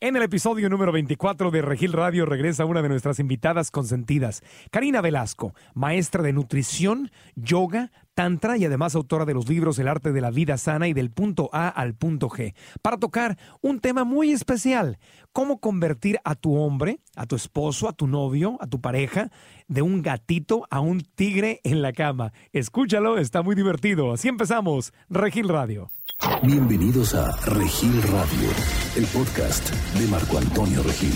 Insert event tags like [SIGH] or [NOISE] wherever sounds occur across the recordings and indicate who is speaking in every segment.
Speaker 1: En el episodio número 24 de Regil Radio regresa una de nuestras invitadas consentidas, Karina Velasco, maestra de nutrición, yoga, tantra y además autora de los libros El arte de la vida sana y del punto A al punto G, para tocar un tema muy especial, cómo convertir a tu hombre, a tu esposo, a tu novio, a tu pareja, de un gatito a un tigre en la cama. Escúchalo, está muy divertido. Así empezamos, Regil Radio.
Speaker 2: Bienvenidos a Regil Radio, el podcast de Marco Antonio Regil.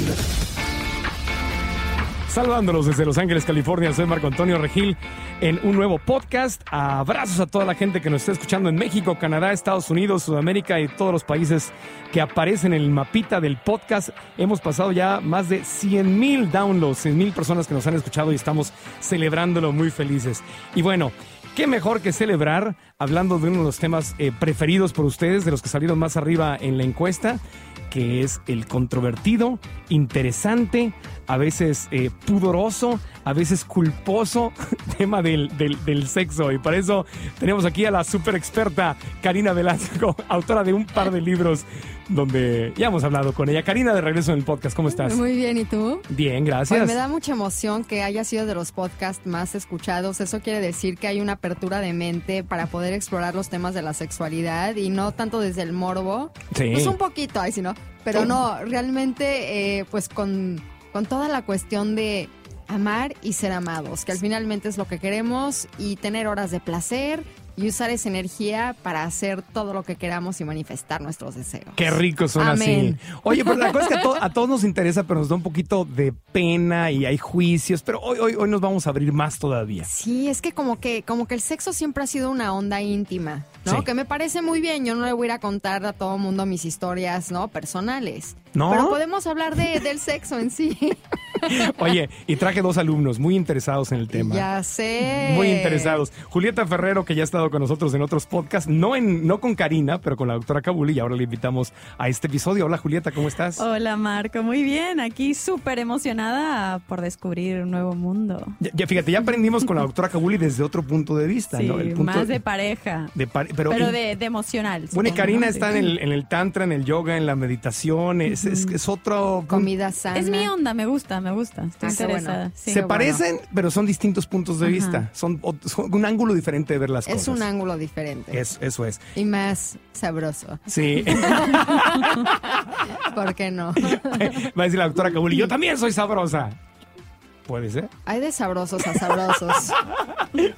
Speaker 1: Saludándolos desde Los Ángeles, California, soy Marco Antonio Regil en un nuevo podcast. Abrazos a toda la gente que nos está escuchando en México, Canadá, Estados Unidos, Sudamérica y todos los países que aparecen en el mapita del podcast. Hemos pasado ya más de 100 mil downloads, 100 mil personas que nos han escuchado y estamos celebrándolo muy felices. Y bueno, ¿Qué mejor que celebrar hablando de uno de los temas eh, preferidos por ustedes, de los que salieron más arriba en la encuesta, que es el controvertido, interesante, a veces eh, pudoroso, a veces culposo [LAUGHS] tema del, del- del sexo? Y para eso tenemos aquí a la super experta Karina Velasco, [LAUGHS] autora de un par de libros donde ya hemos hablado con ella. Karina, de regreso en el podcast, ¿cómo estás?
Speaker 3: Muy bien, ¿y tú?
Speaker 1: Bien, gracias.
Speaker 3: Oye, me da mucha emoción que haya sido de los podcasts más escuchados. Eso quiere decir que hay una apertura de mente para poder explorar los temas de la sexualidad y no tanto desde el morbo.
Speaker 1: Sí. Oh.
Speaker 3: Pues un poquito, ay, si no. Pero no, realmente, eh, pues con, con toda la cuestión de amar y ser amados, que al finalmente es lo que queremos y tener horas de placer y usar esa energía para hacer todo lo que queramos y manifestar nuestros deseos.
Speaker 1: Qué rico son
Speaker 3: Amén.
Speaker 1: así. Oye, pero la
Speaker 3: [LAUGHS]
Speaker 1: cosa es que a, to- a todos nos interesa, pero nos da un poquito de pena y hay juicios. Pero hoy, hoy, hoy nos vamos a abrir más todavía.
Speaker 3: Sí, es que como que como que el sexo siempre ha sido una onda íntima, ¿no?
Speaker 1: Sí.
Speaker 3: Que me parece muy bien, yo no le voy a ir a contar a todo mundo mis historias, ¿no? Personales.
Speaker 1: ¿No?
Speaker 3: Pero pues, podemos hablar de, del sexo en sí.
Speaker 1: Oye, y traje dos alumnos muy interesados en el [LAUGHS] tema.
Speaker 3: ya sé.
Speaker 1: Muy interesados. Julieta Ferrero, que ya ha estado con nosotros en otros podcasts, no, en, no con Karina, pero con la doctora Kabuli, y ahora le invitamos a este episodio. Hola Julieta, ¿cómo estás?
Speaker 4: Hola Marco, muy bien, aquí súper emocionada por descubrir un nuevo mundo.
Speaker 1: Ya, ya, fíjate, ya aprendimos con la doctora Kabuli desde otro punto de vista,
Speaker 4: Sí,
Speaker 1: Ah, ¿no? El punto
Speaker 4: más de pareja,
Speaker 1: de par- pero,
Speaker 4: pero, de, de emocional.
Speaker 1: Bueno, y
Speaker 4: supongo,
Speaker 1: Karina
Speaker 4: ¿no?
Speaker 1: está en
Speaker 4: Sí.
Speaker 1: el, en el tantra, en el yoga, en la meditación, es, es, es otro...
Speaker 3: Comida sana.
Speaker 4: Es mi onda, me gusta, me gusta, estoy
Speaker 3: Ah, qué bueno.
Speaker 4: interesada. sí.
Speaker 1: Se
Speaker 3: bueno.
Speaker 1: parecen, pero son distintos puntos de
Speaker 4: Ajá.
Speaker 1: vista. Son, ot- son un ángulo diferente de ver las
Speaker 3: Es
Speaker 1: cosas.
Speaker 3: un ángulo diferente.
Speaker 1: Es- eso es.
Speaker 3: Y más sabroso.
Speaker 4: [LAUGHS]
Speaker 1: Sí. [LAUGHS]
Speaker 3: ¿Por qué no?
Speaker 1: [LAUGHS] Va a decir la doctora Kabuli, yo también soy sabrosa. Puede ser.
Speaker 3: Hay de sabrosos
Speaker 1: [LAUGHS]
Speaker 3: a sabrosos.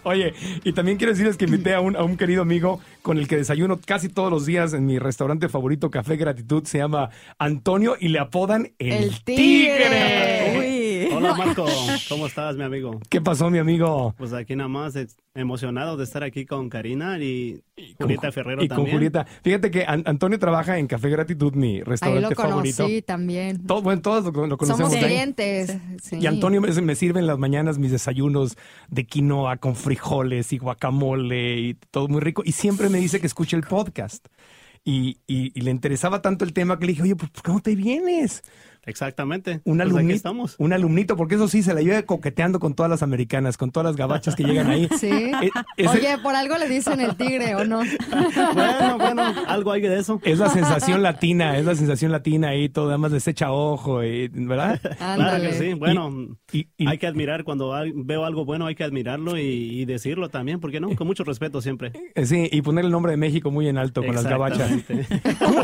Speaker 1: Oye, y también quiero decirles que invité a un, a un querido amigo con el que desayuno casi todos los días en mi restaurante favorito, Café Gratitud. Se llama Antonio y le apodan el,
Speaker 3: El
Speaker 1: tigre.
Speaker 3: tigre.
Speaker 4: [LAUGHS] Uy.
Speaker 5: Hola Marco, ¿cómo estás mi amigo?
Speaker 1: ¿Qué pasó, mi amigo?
Speaker 5: Pues aquí nada más eh, emocionado de estar aquí con Karina y
Speaker 1: Con
Speaker 5: Julieta
Speaker 1: Ju-
Speaker 5: Ferrero
Speaker 1: y
Speaker 5: también.
Speaker 1: con Julieta. Fíjate que An- Antonio trabaja en Café Gratitud, mi
Speaker 3: Ahí
Speaker 1: restaurante
Speaker 3: lo conocí
Speaker 1: favorito.
Speaker 3: también.
Speaker 1: Todo, bueno, todos lo, lo conocemos.
Speaker 3: Somos
Speaker 1: ahí.
Speaker 3: clientes. sí.
Speaker 1: Y Antonio me, me sirve en las mañanas mis desayunos de quinoa con frijoles y guacamole y todo muy rico. Y siempre me dice que escuche el podcast. Y, y- y le interesaba tanto el tema que le dije, oye, pues ¿por qué no te vienes?
Speaker 5: Exactamente.
Speaker 1: Un,
Speaker 5: Pues aquí
Speaker 1: alumnito,
Speaker 5: estamos. [LAUGHS]
Speaker 1: un alumnito, porque eso sí, se la lleva coqueteando con todas las americanas, con todas las gabachas que llegan ahí. [LAUGHS]
Speaker 3: [LAUGHS]
Speaker 1: Eh,
Speaker 3: Sí.
Speaker 1: Es, es el-
Speaker 3: Oye, por algo le dicen el
Speaker 1: [LAUGHS]
Speaker 3: tigre, ¿o no?
Speaker 5: Bueno, bueno, algo hay de eso.
Speaker 1: es la sensación latina, es la sensación latina ahí, todo, además les echa ojo, y- ¿verdad?
Speaker 5: Claro
Speaker 3: Ándale.
Speaker 5: que sí. [LAUGHS] Bueno,
Speaker 1: Y- y-
Speaker 5: hay que admirar cuando al- veo algo bueno, hay que admirarlo y, y decirlo también, porque no, con mucho respeto siempre.
Speaker 1: Eh, Sí, y poner el nombre de México muy en alto con las gabachas.
Speaker 5: Exactamente.
Speaker 1: ¿Cómo,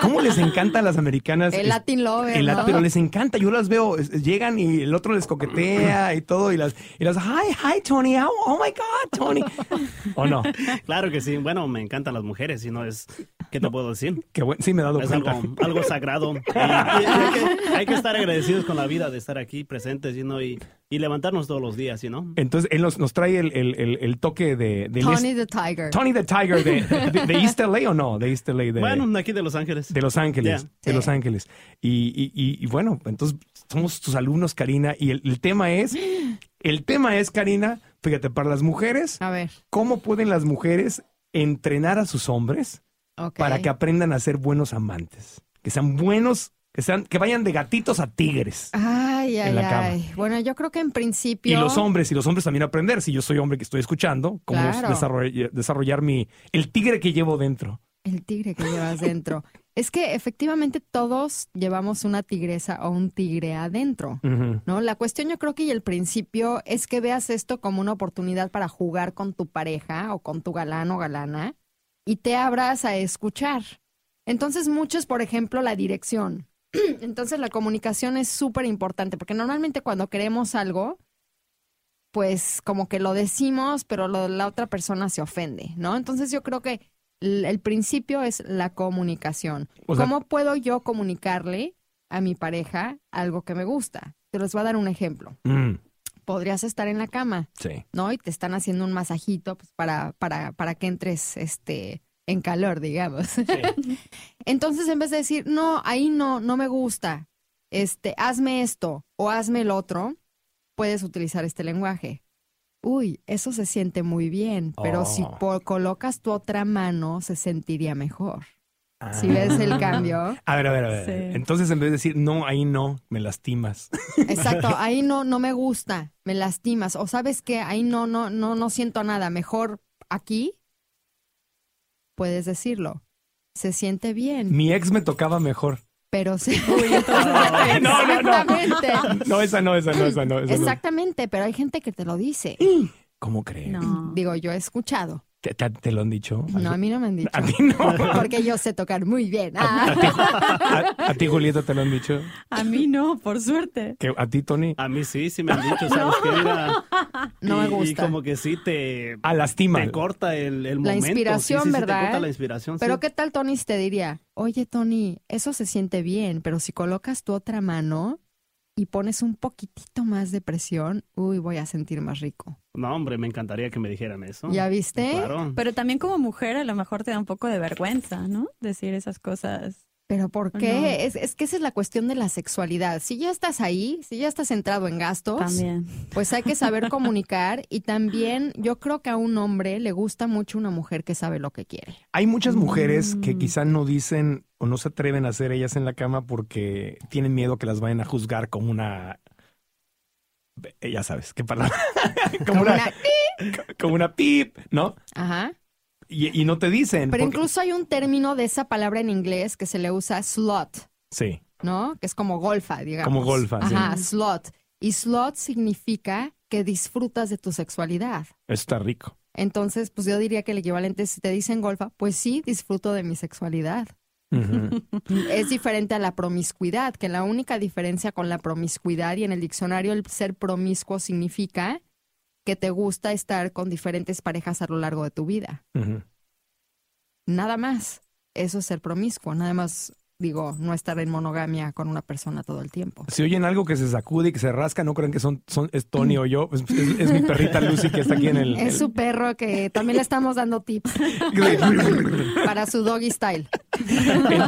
Speaker 1: cómo les encanta a las americanas?
Speaker 3: El
Speaker 1: es-
Speaker 3: Latin Lover,
Speaker 1: el lat-
Speaker 3: ¿no?
Speaker 1: Pero les encanta, yo las veo, es- llegan y el otro les coquetea y todo, y las, y las hi, hi, Tony, oh, oh my God,
Speaker 3: [LAUGHS]
Speaker 1: Tony. ¿O no?
Speaker 5: Claro que sí. Bueno, me encantan las mujeres, si no es, ¿qué te puedo decir?
Speaker 1: Qué bueno, sí me he dado
Speaker 5: Es
Speaker 1: cuenta.
Speaker 5: algo,
Speaker 1: [LAUGHS]
Speaker 5: algo sagrado. Y- y hay, que, hay que estar agradecidos con la vida de estar aquí presentes you know, y, y levantarnos todos los días, you know.
Speaker 1: Entonces, él nos, nos trae el, el- el- el toque de... del
Speaker 3: Tony
Speaker 1: est-
Speaker 3: the Tiger.
Speaker 1: Tony the Tiger de, de, de East LA o no? De East LA. De,
Speaker 5: Bueno, aquí de Los Ángeles.
Speaker 1: De Los Ángeles,
Speaker 5: Ya.
Speaker 1: de
Speaker 3: Sí.
Speaker 1: Los Ángeles. Y, y- y- y bueno, entonces somos tus alumnos, Karina, y el, el tema es, el tema es, Karina, fíjate, para las mujeres,
Speaker 3: A ver,
Speaker 1: ¿cómo pueden las mujeres entrenar a sus hombres
Speaker 3: ok.
Speaker 1: para que aprendan a ser buenos amantes? Que sean buenos, que sean, que vayan de gatitos a
Speaker 3: Ah,
Speaker 1: tigres.
Speaker 3: Ay,
Speaker 1: en
Speaker 3: ay,
Speaker 1: la cama.
Speaker 3: ay. Bueno, yo creo que en principio...
Speaker 1: Y los hombres, y los hombres también aprender, si yo soy hombre que estoy escuchando, cómo
Speaker 3: Claro.
Speaker 1: desarroll- desarrollar mi, el tigre que llevo dentro.
Speaker 3: El tigre que
Speaker 1: [LAUGHS]
Speaker 3: llevas dentro. Es que efectivamente todos llevamos una tigresa o un tigre adentro,
Speaker 1: Ujú.
Speaker 3: ¿no? La cuestión yo creo que y el principio es que veas esto como una oportunidad para jugar con tu pareja o con tu galán o galana y te abras a escuchar. Entonces muchos, por ejemplo, la dirección. [CLEARS THROAT] Entonces la comunicación es súper importante porque normalmente cuando queremos algo, pues como que lo decimos, pero lo- la otra persona se ofende, ¿no? Entonces yo creo que l- el principio es la comunicación.
Speaker 1: O sea-
Speaker 3: ¿Cómo puedo yo comunicarle a mi pareja algo que me gusta? Te les voy a dar un ejemplo.
Speaker 1: Mm,
Speaker 3: Podrías estar en la cama,
Speaker 1: sí.
Speaker 3: ¿no? Y te están haciendo un masajito pues, para, para, para que entres este, en calor, digamos. [LAUGHS] Entonces, en vez de decir, no, ahí no, no me gusta, este, hazme esto o hazme el otro, puedes utilizar este lenguaje. Uy, eso se siente muy bien, pero si
Speaker 1: Oh.
Speaker 3: po- colocas tu otra mano, se sentiría mejor. Si ves el cambio.
Speaker 1: Ah. A ver, a ver, a ver.
Speaker 4: Sí.
Speaker 1: Entonces, en vez de decir, no, ahí no, me lastimas.
Speaker 3: Exacto, ahí no, no me gusta, me lastimas. O sabes que ahí no, no, no, no siento nada. Mejor aquí puedes decirlo. Se siente bien,
Speaker 1: Mi ex me tocaba
Speaker 4: [LAUGHS]
Speaker 1: mejor.
Speaker 3: pero sí.
Speaker 1: No, no, no.
Speaker 3: Exactamente.
Speaker 1: No, esa no, esa no, esa no. Esa no.
Speaker 3: Exactamente, pero hay gente que te lo dice.
Speaker 1: ¿Cómo crees?
Speaker 4: No.
Speaker 3: Digo, yo he escuchado.
Speaker 1: ¿Te, te- te lo han dicho?
Speaker 3: No,
Speaker 1: [LAUGHS]
Speaker 3: a mí no me han dicho.
Speaker 1: A ti no.
Speaker 3: Porque yo sé tocar muy bien. Ah.
Speaker 1: ¿A, a ti, Julieta, te lo han dicho?
Speaker 4: A mí no, por suerte.
Speaker 1: ¿Que, ¿A ti, Tony?
Speaker 5: A mí sí, sí me han dicho, ¿sabes qué? Mira,
Speaker 3: [LAUGHS] No me
Speaker 5: y- Y
Speaker 3: gusta.
Speaker 5: como que sí te,
Speaker 1: A Ah, lastima.
Speaker 5: te corta el, el
Speaker 3: La
Speaker 5: momento.
Speaker 3: inspiración,
Speaker 5: sí, sí, sí,
Speaker 3: ¿verdad?
Speaker 5: te corta la inspiración. sí.
Speaker 3: Pero ¿qué tal Tony si te diría? Oye Tony, eso se siente bien, pero si colocas tu otra mano y pones un poquitito más de presión, uy, voy a sentir más rico.
Speaker 5: No, hombre, me encantaría que me dijeran eso.
Speaker 3: ¿Ya viste?
Speaker 5: Claro.
Speaker 4: Pero también como mujer a lo mejor te da un poco de vergüenza, ¿no? Decir esas cosas.
Speaker 3: Pero ¿por qué?
Speaker 4: No.
Speaker 3: Es, es que esa es la cuestión de la sexualidad. Si ya estás ahí, si ya estás centrado en gastos,
Speaker 4: También. [LAUGHS]
Speaker 3: pues hay que saber comunicar y también yo creo que a un hombre le gusta mucho una mujer que sabe lo que quiere.
Speaker 1: Hay muchas mujeres que
Speaker 3: Mm.
Speaker 1: quizá no dicen o no se atreven a hacer ellas en la cama porque tienen miedo que las vayan a juzgar como una. eh, Ya sabes, qué palabra. [LAUGHS] como,
Speaker 3: Como
Speaker 1: una,
Speaker 3: una-
Speaker 1: como una pip, ¿no?
Speaker 3: Ajá.
Speaker 1: Y, y no te dicen.
Speaker 3: Pero
Speaker 1: porque-
Speaker 3: incluso hay un término de esa palabra en inglés que se le usa slot.
Speaker 1: Sí.
Speaker 3: ¿no? Que es como golfa, digamos.
Speaker 1: Como golfa, sí.
Speaker 3: Ajá, slot. Y slot significa que disfrutas de tu sexualidad.
Speaker 1: Eso está rico.
Speaker 3: Entonces, pues yo diría que el equivalente, si te dicen golfa, pues sí, disfruto de mi sexualidad.
Speaker 1: Ujú.
Speaker 3: Es diferente a la promiscuidad, que la única diferencia con la promiscuidad y en el diccionario el ser promiscuo significa que te gusta estar con diferentes parejas a lo largo de tu vida.
Speaker 1: Ujú.
Speaker 3: Nada más. Eso es ser promiscuo. Nada más, digo, no estar en monogamia con una persona todo el tiempo.
Speaker 1: Si oyen algo que se sacude y que se rasca, no crean que son, son es Tony o yo. Es, es- es mi perrita Lucy que está aquí en
Speaker 3: [LAUGHS]
Speaker 1: el.
Speaker 3: Es su perro que también le estamos dando tips
Speaker 1: el-
Speaker 3: para su doggy style.
Speaker 1: [LAUGHS] En- en-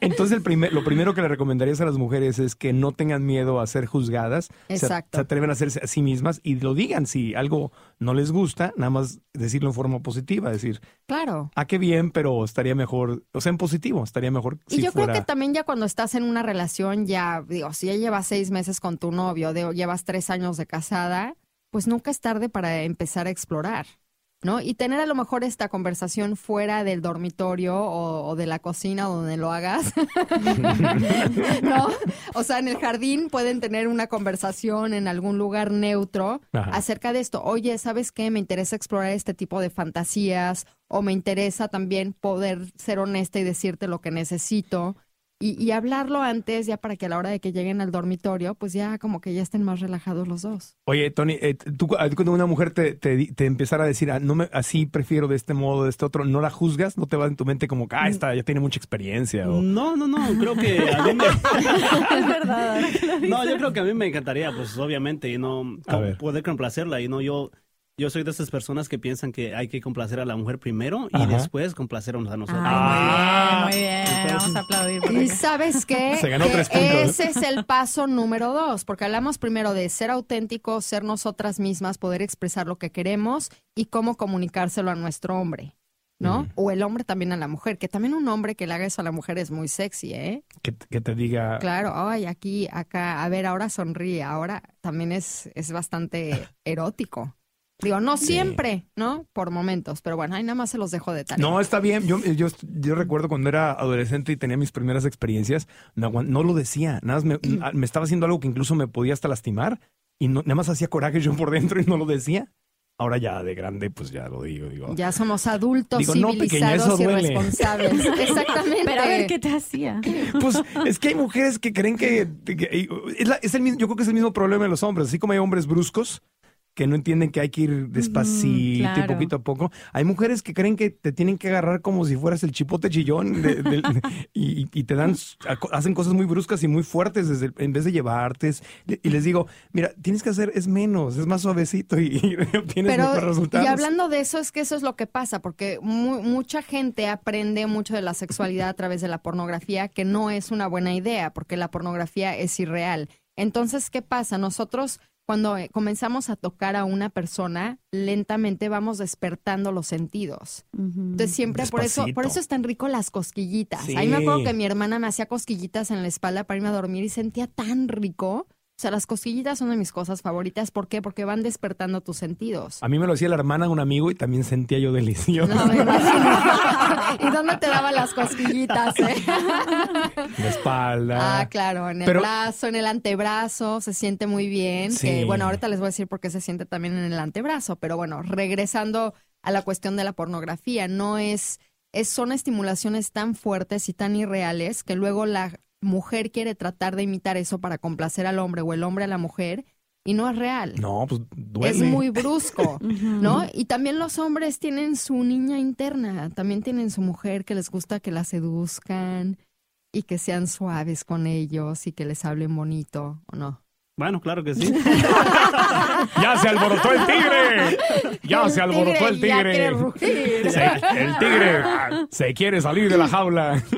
Speaker 1: entonces, el primer, lo primero que le recomendarías a las mujeres es que no tengan miedo a ser juzgadas. Se-
Speaker 3: Exacto.
Speaker 1: Se, atreven a hacerse a sí mismas y lo digan. Si algo no les gusta, nada más decirlo en forma positiva. Decir,
Speaker 3: Claro.
Speaker 1: ah, qué bien, pero estaría mejor, o sea, en positivo, estaría mejor
Speaker 3: Y
Speaker 1: si
Speaker 3: yo
Speaker 1: fuera...
Speaker 3: creo que también ya cuando estás en una relación, ya, digo, si ya llevas seis meses con tu novio, de- llevas tres años de casada, pues nunca es tarde para empezar a explorar, ¿no? Y tener a lo mejor esta conversación fuera del dormitorio o, o de la cocina o donde lo hagas, [LAUGHS] ¿no? O sea, en el jardín pueden tener una conversación en algún lugar neutro
Speaker 1: Ajá.
Speaker 3: acerca de esto. Oye, ¿sabes qué? Me interesa explorar este tipo de fantasías o me interesa también poder ser honesta y decirte lo que necesito. Y, y hablarlo antes ya para que a la hora de que lleguen al dormitorio, pues ya como que ya estén más relajados los dos.
Speaker 1: Oye, Tony, eh, tú cu- cuando una mujer te, te, di- te empezara a decir, "Ah, no me, así prefiero de este modo, de este otro, ¿no la juzgas? ¿No te va en tu mente como, que, ah, esta ya tiene mucha experiencia? o-
Speaker 5: No, no, no, creo que a mí me...
Speaker 1: [LAUGHS]
Speaker 4: es verdad. ahora
Speaker 3: [LAUGHS]
Speaker 4: que lo dices.
Speaker 5: No, yo creo que a mí me encantaría, pues obviamente, y no
Speaker 1: A ver.
Speaker 5: poder complacerla. Y no, yo, yo soy de esas personas que piensan que hay que complacer a la mujer primero y
Speaker 1: Ajá.
Speaker 5: después complacernos a nosotros.
Speaker 3: Ah.
Speaker 4: Ay, muy bien, muy bien.
Speaker 5: Entonces-
Speaker 4: Vamos a aplaudir. por
Speaker 3: Y
Speaker 4: acá.
Speaker 3: sabes qué?
Speaker 1: [LAUGHS] Se ganó
Speaker 3: Que
Speaker 1: tres puntos.
Speaker 3: Ese es el paso número dos, porque hablamos primero de ser auténticos, ser nosotras mismas, poder expresar lo que queremos y cómo comunicárselo a nuestro hombre, ¿no? O el hombre también a la mujer, que también un hombre que le haga eso a la mujer es muy sexy, ¿eh?
Speaker 1: que, que te diga,
Speaker 3: Claro, ay, aquí,
Speaker 1: [LAUGHS]
Speaker 3: acá, a ver, ahora sonríe, ahora también es, es bastante erótico. Digo, no siempre, ¿no? Por momentos, pero bueno, ahí nada más se los dejo de tarea.
Speaker 1: No, está bien. Yo, yo, yo recuerdo cuando era adolescente y tenía mis primeras experiencias, no, aguan- no lo decía. Nada más me, ah, me estaba haciendo algo que incluso me podía hasta lastimar y no- nada más hacía coraje yo por dentro y no lo decía. Ahora ya de grande, pues ya lo digo. digo
Speaker 3: Ya somos adultos
Speaker 1: Digo, no, pequeña, eso
Speaker 3: civilizados y
Speaker 1: duele. [LAUGHS]
Speaker 3: responsables. Exactamente.
Speaker 4: Pero a ver qué te hacía.
Speaker 1: Pues es que hay mujeres que creen que, que- es, la- es el mismo, yo creo que es el mismo problema de los hombres, así como hay hombres bruscos que no entienden que hay que ir despacito y
Speaker 4: claro.
Speaker 1: poquito a poco. Hay mujeres que creen que te tienen que agarrar como si fueras el chipote chillón de-
Speaker 3: [LAUGHS]
Speaker 1: del- y, y te dan, hacen cosas muy bruscas y muy fuertes desde el- en vez de llevarte. es- y les digo, mira, tienes que hacer, es menos, es más suavecito y, [LAUGHS] y obtienes mejores resultados.
Speaker 3: Y hablando de eso, es que eso es lo que pasa, porque mu- mucha gente aprende mucho de la sexualidad a través de la pornografía, que no es una buena idea, porque la pornografía es irreal. Entonces, ¿qué pasa? Nosotros, cuando eh, comenzamos a tocar a una persona, lentamente vamos despertando los sentidos. Entonces siempre por eso, por
Speaker 1: Mm, Despacito.
Speaker 3: eso es tan rico las cosquillitas.
Speaker 1: Sí.
Speaker 3: Ahí me acuerdo que mi hermana me hacía cosquillitas en la espalda para irme a dormir y sentía tan rico. O sea, las cosquillitas son de mis cosas favoritas. ¿Por qué? Porque van despertando tus sentidos.
Speaker 1: A mí me lo hacía la hermana de un amigo y también sentía yo
Speaker 3: [LAUGHS]
Speaker 1: delicioso.
Speaker 3: No, me imagino. [LAUGHS] ¿Y dónde te daban las cosquillitas? eh?
Speaker 1: [LAUGHS] La espalda.
Speaker 3: Ah, claro, en el
Speaker 1: Pero-
Speaker 3: brazo, en el antebrazo, se siente muy bien.
Speaker 1: Sí.
Speaker 3: que, bueno, ahorita les voy a decir por qué se siente también en el antebrazo, pero bueno, regresando a la cuestión de la pornografía, no es, es son estimulaciones tan fuertes y tan irreales que luego la mujer quiere tratar de imitar eso para complacer al hombre o el hombre a la mujer y no es real.
Speaker 1: No, pues duele.
Speaker 3: Es muy [LAUGHS] brusco, ¿no? Y también los hombres tienen su niña interna, también tienen su mujer que les gusta que la seduzcan y que sean suaves con ellos y que les hablen bonito, ¿o no?
Speaker 5: Bueno, claro que
Speaker 3: [LAUGHS]
Speaker 5: sí.
Speaker 1: ¡Ya se alborotó el tigre! ¡Ya se alborotó el
Speaker 3: ya quiere
Speaker 1: tigre!
Speaker 3: rugir.
Speaker 1: Se- el tigre ah, se quiere salir de la jaula.
Speaker 3: [LAUGHS]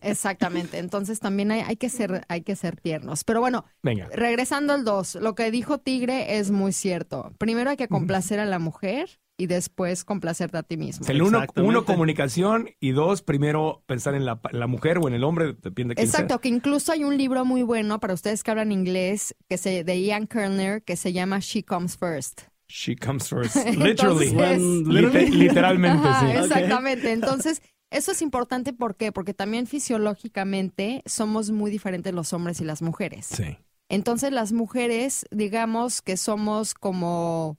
Speaker 3: Exactamente, entonces también hay, hay que ser, hay que ser tiernos. Pero bueno,
Speaker 1: Venga.
Speaker 3: regresando al dos, lo que dijo Tigre es muy cierto. Primero hay que complacer a la mujer y después complacerte a ti mismo.
Speaker 1: El uno,
Speaker 5: Exactamente.
Speaker 1: uno, comunicación y dos, primero pensar en la, en la mujer o en el hombre, depende de quién sea.
Speaker 3: Exacto, que incluso hay un libro muy bueno para ustedes que hablan inglés que se de Ian Kerner que se llama She Comes First.
Speaker 1: She comes first. Literally.
Speaker 3: [LAUGHS] Entonces-
Speaker 1: Liter- literalmente,
Speaker 3: Ajá,
Speaker 1: sí.
Speaker 3: Exactamente. Entonces, eso es importante ¿por qué? porque también fisiológicamente somos muy diferentes los hombres y las mujeres.
Speaker 1: Sí.
Speaker 3: Entonces las mujeres, digamos que somos como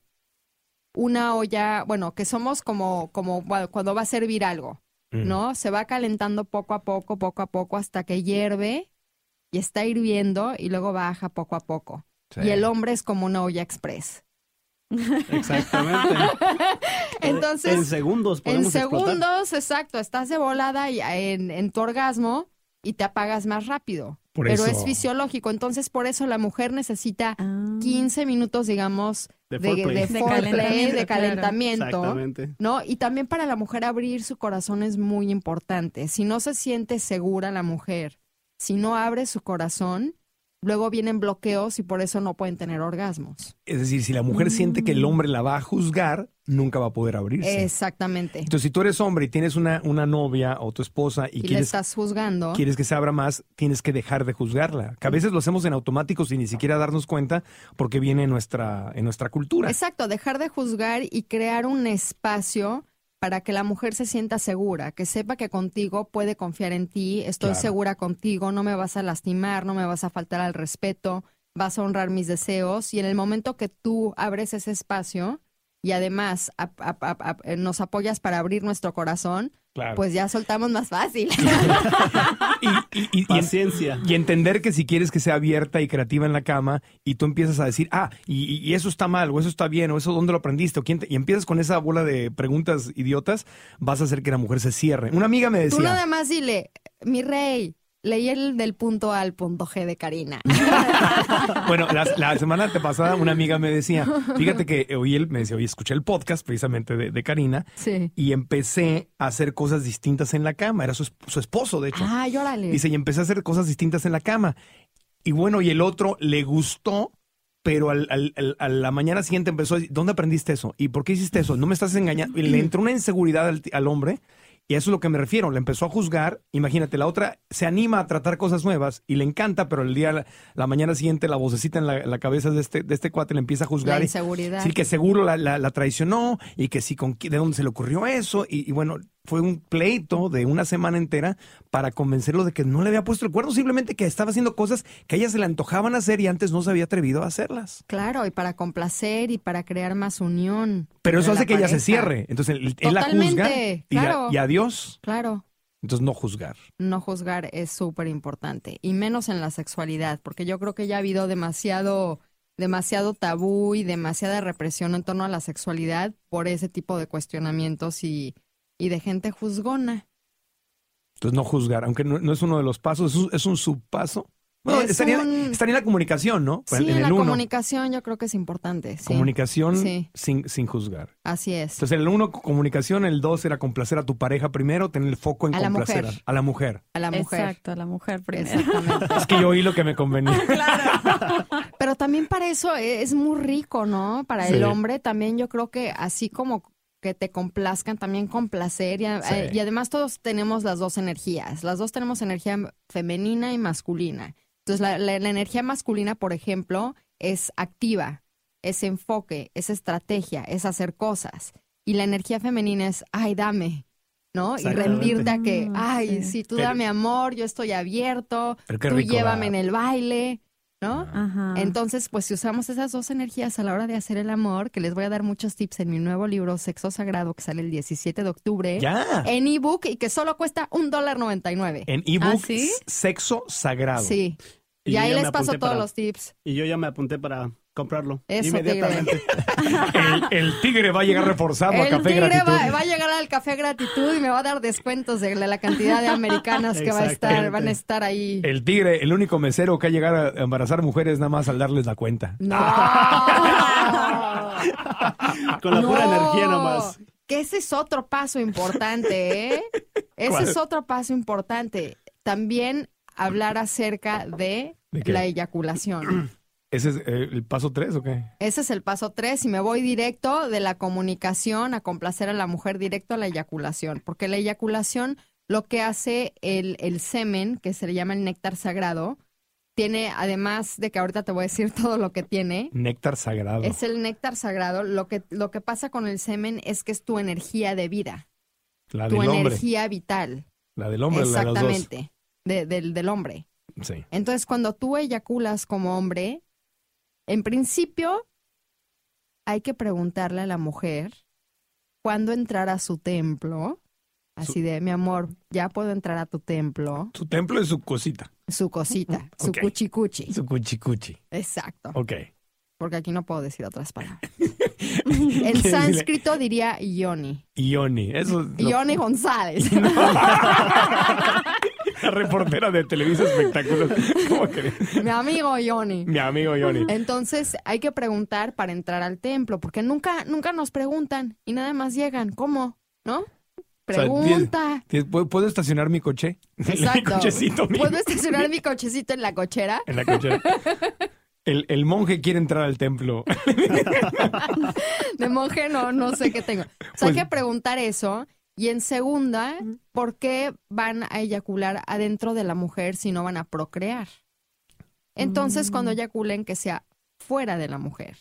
Speaker 3: una olla, bueno, que somos como, como bueno, cuando va a servir algo,
Speaker 1: Mm.
Speaker 3: ¿no? Se va calentando poco a poco, poco a poco, hasta que hierve y está hirviendo y luego baja poco a poco.
Speaker 1: Sí.
Speaker 3: Y el hombre es como una olla express.
Speaker 5: Exactamente. en
Speaker 3: Entonces,
Speaker 5: segundos
Speaker 3: en
Speaker 5: podemos explotar.
Speaker 3: segundos, exacto, estás de volada y- ah, en, en tu orgasmo y te apagas más rápido.
Speaker 1: Por
Speaker 3: Pero
Speaker 1: eso.
Speaker 3: es fisiológico, entonces por eso la mujer necesita
Speaker 4: Ah.
Speaker 3: 15 minutos, digamos, de,
Speaker 5: De
Speaker 3: de
Speaker 5: foreplay.
Speaker 3: foreplay, de calentamiento,
Speaker 4: De calentamiento, claro.
Speaker 5: Exactamente.
Speaker 3: ¿no? Y también para la mujer abrir su corazón es muy importante. Si no se siente segura la mujer, si no abre su corazón, luego vienen bloqueos y por eso no pueden tener orgasmos.
Speaker 1: Es decir, si la mujer siente que el hombre la va a juzgar, nunca va a poder abrirse.
Speaker 3: Exactamente.
Speaker 1: Entonces, si tú eres hombre y tienes una, una novia o tu esposa y
Speaker 3: Y le
Speaker 1: quieres
Speaker 3: estás juzgando.
Speaker 1: quieres que se abra más, tienes que dejar de juzgarla. Que a veces lo hacemos en automático sin ni siquiera darnos cuenta porque viene en nuestra, en nuestra cultura.
Speaker 3: Exacto, dejar de juzgar y crear un espacio para que la mujer se sienta segura, que sepa que contigo puede confiar en ti, estoy
Speaker 1: Claro.
Speaker 3: segura contigo, no me vas a lastimar, no me vas a faltar al respeto, vas a honrar mis deseos y en el momento que tú abres ese espacio y además ap- ap- ap- ap- eh, nos apoyas para abrir nuestro corazón,
Speaker 1: Claro.
Speaker 3: pues ya soltamos más fácil.
Speaker 1: Y, y- y- y en-
Speaker 5: Paciencia.
Speaker 1: y entender que si quieres que sea abierta y creativa en la cama y tú empiezas a decir, ah, y, y- y eso está mal, o eso está bien, o eso dónde lo aprendiste, o quién te- y empiezas con esa bola de preguntas idiotas, vas a hacer que la mujer se cierre. Una amiga me
Speaker 3: Tú nada
Speaker 1: decía,
Speaker 3: más dile, mi rey, leí el del punto A al punto G de Karina.
Speaker 1: bueno, la, la semana pasada una amiga me decía, fíjate que hoy él me decía, oye, escuché el podcast precisamente de, de Karina
Speaker 3: Sí.
Speaker 1: y empecé a hacer cosas distintas en la cama. Era su, esp- su esposo, de hecho.
Speaker 3: Ay, órale.
Speaker 1: Dice, y empecé a hacer cosas distintas en la cama. Y bueno, y el otro le gustó, pero al, al- al- a la mañana siguiente empezó a decir, ¿dónde aprendiste eso? ¿Y por qué hiciste eso? No me estás engañando. Y le entró una inseguridad al, ti- al hombre Y a eso es lo que me refiero, la empezó a juzgar, imagínate, la otra se anima a tratar cosas nuevas y le encanta, pero el día, la, la mañana siguiente, la vocecita en la, la cabeza de este, de este cuate le empieza a juzgar.
Speaker 3: La
Speaker 1: y-
Speaker 3: inseguridad.
Speaker 1: Sí, que seguro la, la- la traicionó y que sí, con, qui- ¿de dónde se le ocurrió eso? Y, y bueno, fue un pleito de una semana entera para convencerlo de que no le había puesto el cuerno, simplemente que estaba haciendo cosas que a ella se le antojaban hacer y antes no se había atrevido a hacerlas.
Speaker 3: Claro, y para complacer y para crear más unión.
Speaker 1: Pero eso hace
Speaker 3: entre la
Speaker 1: que ella se
Speaker 3: pareja.
Speaker 1: cierre. Entonces él, él la juzga
Speaker 3: Totalmente,
Speaker 1: y, a-
Speaker 3: claro.
Speaker 1: y adiós.
Speaker 3: Claro,
Speaker 1: Entonces no juzgar.
Speaker 3: no juzgar es súper importante, y menos en la sexualidad, porque yo creo que ya ha habido demasiado, demasiado tabú y demasiada represión en torno a la sexualidad por ese tipo de cuestionamientos y, y de gente juzgona.
Speaker 1: Entonces no juzgar, aunque no, no es uno de los pasos, es un, es un subpaso. Bueno,
Speaker 3: Es
Speaker 1: estaría,
Speaker 3: un-
Speaker 1: estaría en la comunicación, ¿no?
Speaker 3: sí, en la
Speaker 1: Pues, uno.
Speaker 3: comunicación yo creo que es importante. sí.
Speaker 1: Comunicación
Speaker 3: Sí.
Speaker 1: sin, sin juzgar.
Speaker 3: Así es.
Speaker 1: Entonces, el uno, comunicación. El dos era complacer a tu pareja primero, tener el foco en
Speaker 3: A la
Speaker 1: complacer
Speaker 3: mujer.
Speaker 1: a la mujer.
Speaker 3: A la mujer.
Speaker 4: Exacto, a la mujer primero.
Speaker 3: Exactamente.
Speaker 1: Es que yo oí lo que me
Speaker 3: [LAUGHS]
Speaker 1: convenía.
Speaker 3: Pero también para eso e- es muy rico, ¿no? Para
Speaker 1: Sí.
Speaker 3: el hombre también yo creo que así como que te complazcan, también complacer. Y, a-
Speaker 1: Sí.
Speaker 3: eh, y además todos tenemos las dos energías. Las dos tenemos energía m- femenina y masculina. Entonces la, la- la energía masculina, por ejemplo, es activa, es enfoque, es estrategia, es hacer cosas. Y la energía femenina es, ay, dame. ¿no? Y
Speaker 5: Exactamente.
Speaker 3: rendirte a que,
Speaker 4: Mm,
Speaker 3: ay,
Speaker 4: sí.
Speaker 3: sí, tú
Speaker 1: Pero-
Speaker 3: dame amor, yo estoy abierto,
Speaker 1: Pero qué
Speaker 3: tú
Speaker 1: rico Ah.
Speaker 3: llévame
Speaker 1: dar.
Speaker 3: en el baile, ¿no?
Speaker 4: Ajá.
Speaker 3: Entonces, pues si usamos esas dos energías a la hora de hacer el amor, que les voy a dar muchos tips en mi nuevo libro Sexo Sagrado, que sale el 17 de octubre,
Speaker 1: ya.
Speaker 3: en ebook y que solo cuesta un dólar noventa y nueve.
Speaker 1: En ebook,
Speaker 4: ¿Ah, sí?
Speaker 1: sexo sagrado.
Speaker 3: Sí.
Speaker 5: Eh, Y
Speaker 3: Y,
Speaker 5: yo
Speaker 3: ahí
Speaker 5: ya
Speaker 3: les
Speaker 5: me
Speaker 3: paso
Speaker 5: apunté
Speaker 3: todos
Speaker 5: para-
Speaker 3: los tips.
Speaker 5: Y yo ya me apunté para comprarlo.
Speaker 3: Eso,
Speaker 5: inmediatamente.
Speaker 1: El, el tigre va a llegar reforzado a
Speaker 3: El
Speaker 1: Café
Speaker 3: tigre
Speaker 1: Gratitud.
Speaker 3: va, va a llegar al Café Gratitud y me va a dar descuentos de la cantidad de americanas que va a estar,
Speaker 5: Exactamente. Eh,
Speaker 3: van a estar ahí.
Speaker 1: El tigre, el único mesero que ha llegado a embarazar mujeres nada más al darles la cuenta.
Speaker 3: No. [LAUGHS]
Speaker 5: [LAUGHS] Con la pura
Speaker 3: No.
Speaker 5: energía nomás.
Speaker 3: Que ese es otro paso importante,
Speaker 5: [LAUGHS]
Speaker 3: ¿eh? Ese
Speaker 1: ¿Cuál?
Speaker 3: es otro paso importante. También hablar acerca de,
Speaker 1: ¿De qué?
Speaker 3: la eyaculación. [CLEARS THROAT]
Speaker 1: ¿Ese es eh, el paso tres o qué?
Speaker 3: Ese es el paso tres y me voy directo de la comunicación a complacer a la mujer directo a la eyaculación, porque la eyaculación lo que hace el, el semen, que se le llama el néctar sagrado, tiene, además de que ahorita te voy a decir [LAUGHS] todo lo que tiene,
Speaker 1: Néctar sagrado.
Speaker 3: es el néctar sagrado. Lo que, lo que pasa con el semen es que es tu energía de vida,
Speaker 1: la
Speaker 3: tu
Speaker 1: del hombre.
Speaker 3: energía vital.
Speaker 1: La del hombre, la de los dos.
Speaker 3: Exactamente. de- del, del hombre.
Speaker 1: Sí.
Speaker 3: Entonces, cuando tú eyaculas como hombre, en principio hay que preguntarle a la mujer cuándo entrar a su templo. Así de, mi amor, ya puedo entrar a tu templo.
Speaker 1: Su templo es su cosita.
Speaker 3: Su cosita, su
Speaker 1: Ok.
Speaker 3: cuchicuchi.
Speaker 1: Su cuchicuchi.
Speaker 3: Exacto.
Speaker 1: Ok.
Speaker 3: Porque aquí no puedo decir otras
Speaker 1: [LAUGHS]
Speaker 3: palabras.
Speaker 1: ¿Qué
Speaker 3: El
Speaker 1: decirle?
Speaker 3: sánscrito diría yoni.
Speaker 1: Ioni. Eso es lo-
Speaker 3: Ione González.
Speaker 1: La reportera de Televisa Espectáculos. ¿Cómo que?
Speaker 3: mi amigo Ione.
Speaker 1: Mi amigo Johnny.
Speaker 3: Entonces hay que preguntar para entrar al templo, porque nunca, nunca nos preguntan y nada más llegan. ¿Cómo? ¿No?
Speaker 1: sea, [LAUGHS]
Speaker 3: Pregunta.
Speaker 1: ¿Tien- ¿Puedo, puedo estacionar mi coche? mi
Speaker 3: Exacto.
Speaker 1: cochecito. mi-
Speaker 3: ¿Puedo estacionar mi cochecito en la cochera?
Speaker 1: En la cochera. El, el monje quiere entrar al templo.
Speaker 3: De monje no, no sé qué tengo. O sea, hay
Speaker 1: Pues-
Speaker 3: que preguntar eso. Y en segunda, ¿por qué van a eyacular adentro de la mujer si no van a procrear? Entonces,
Speaker 1: Mm.
Speaker 3: cuando eyaculen, que sea fuera de la mujer.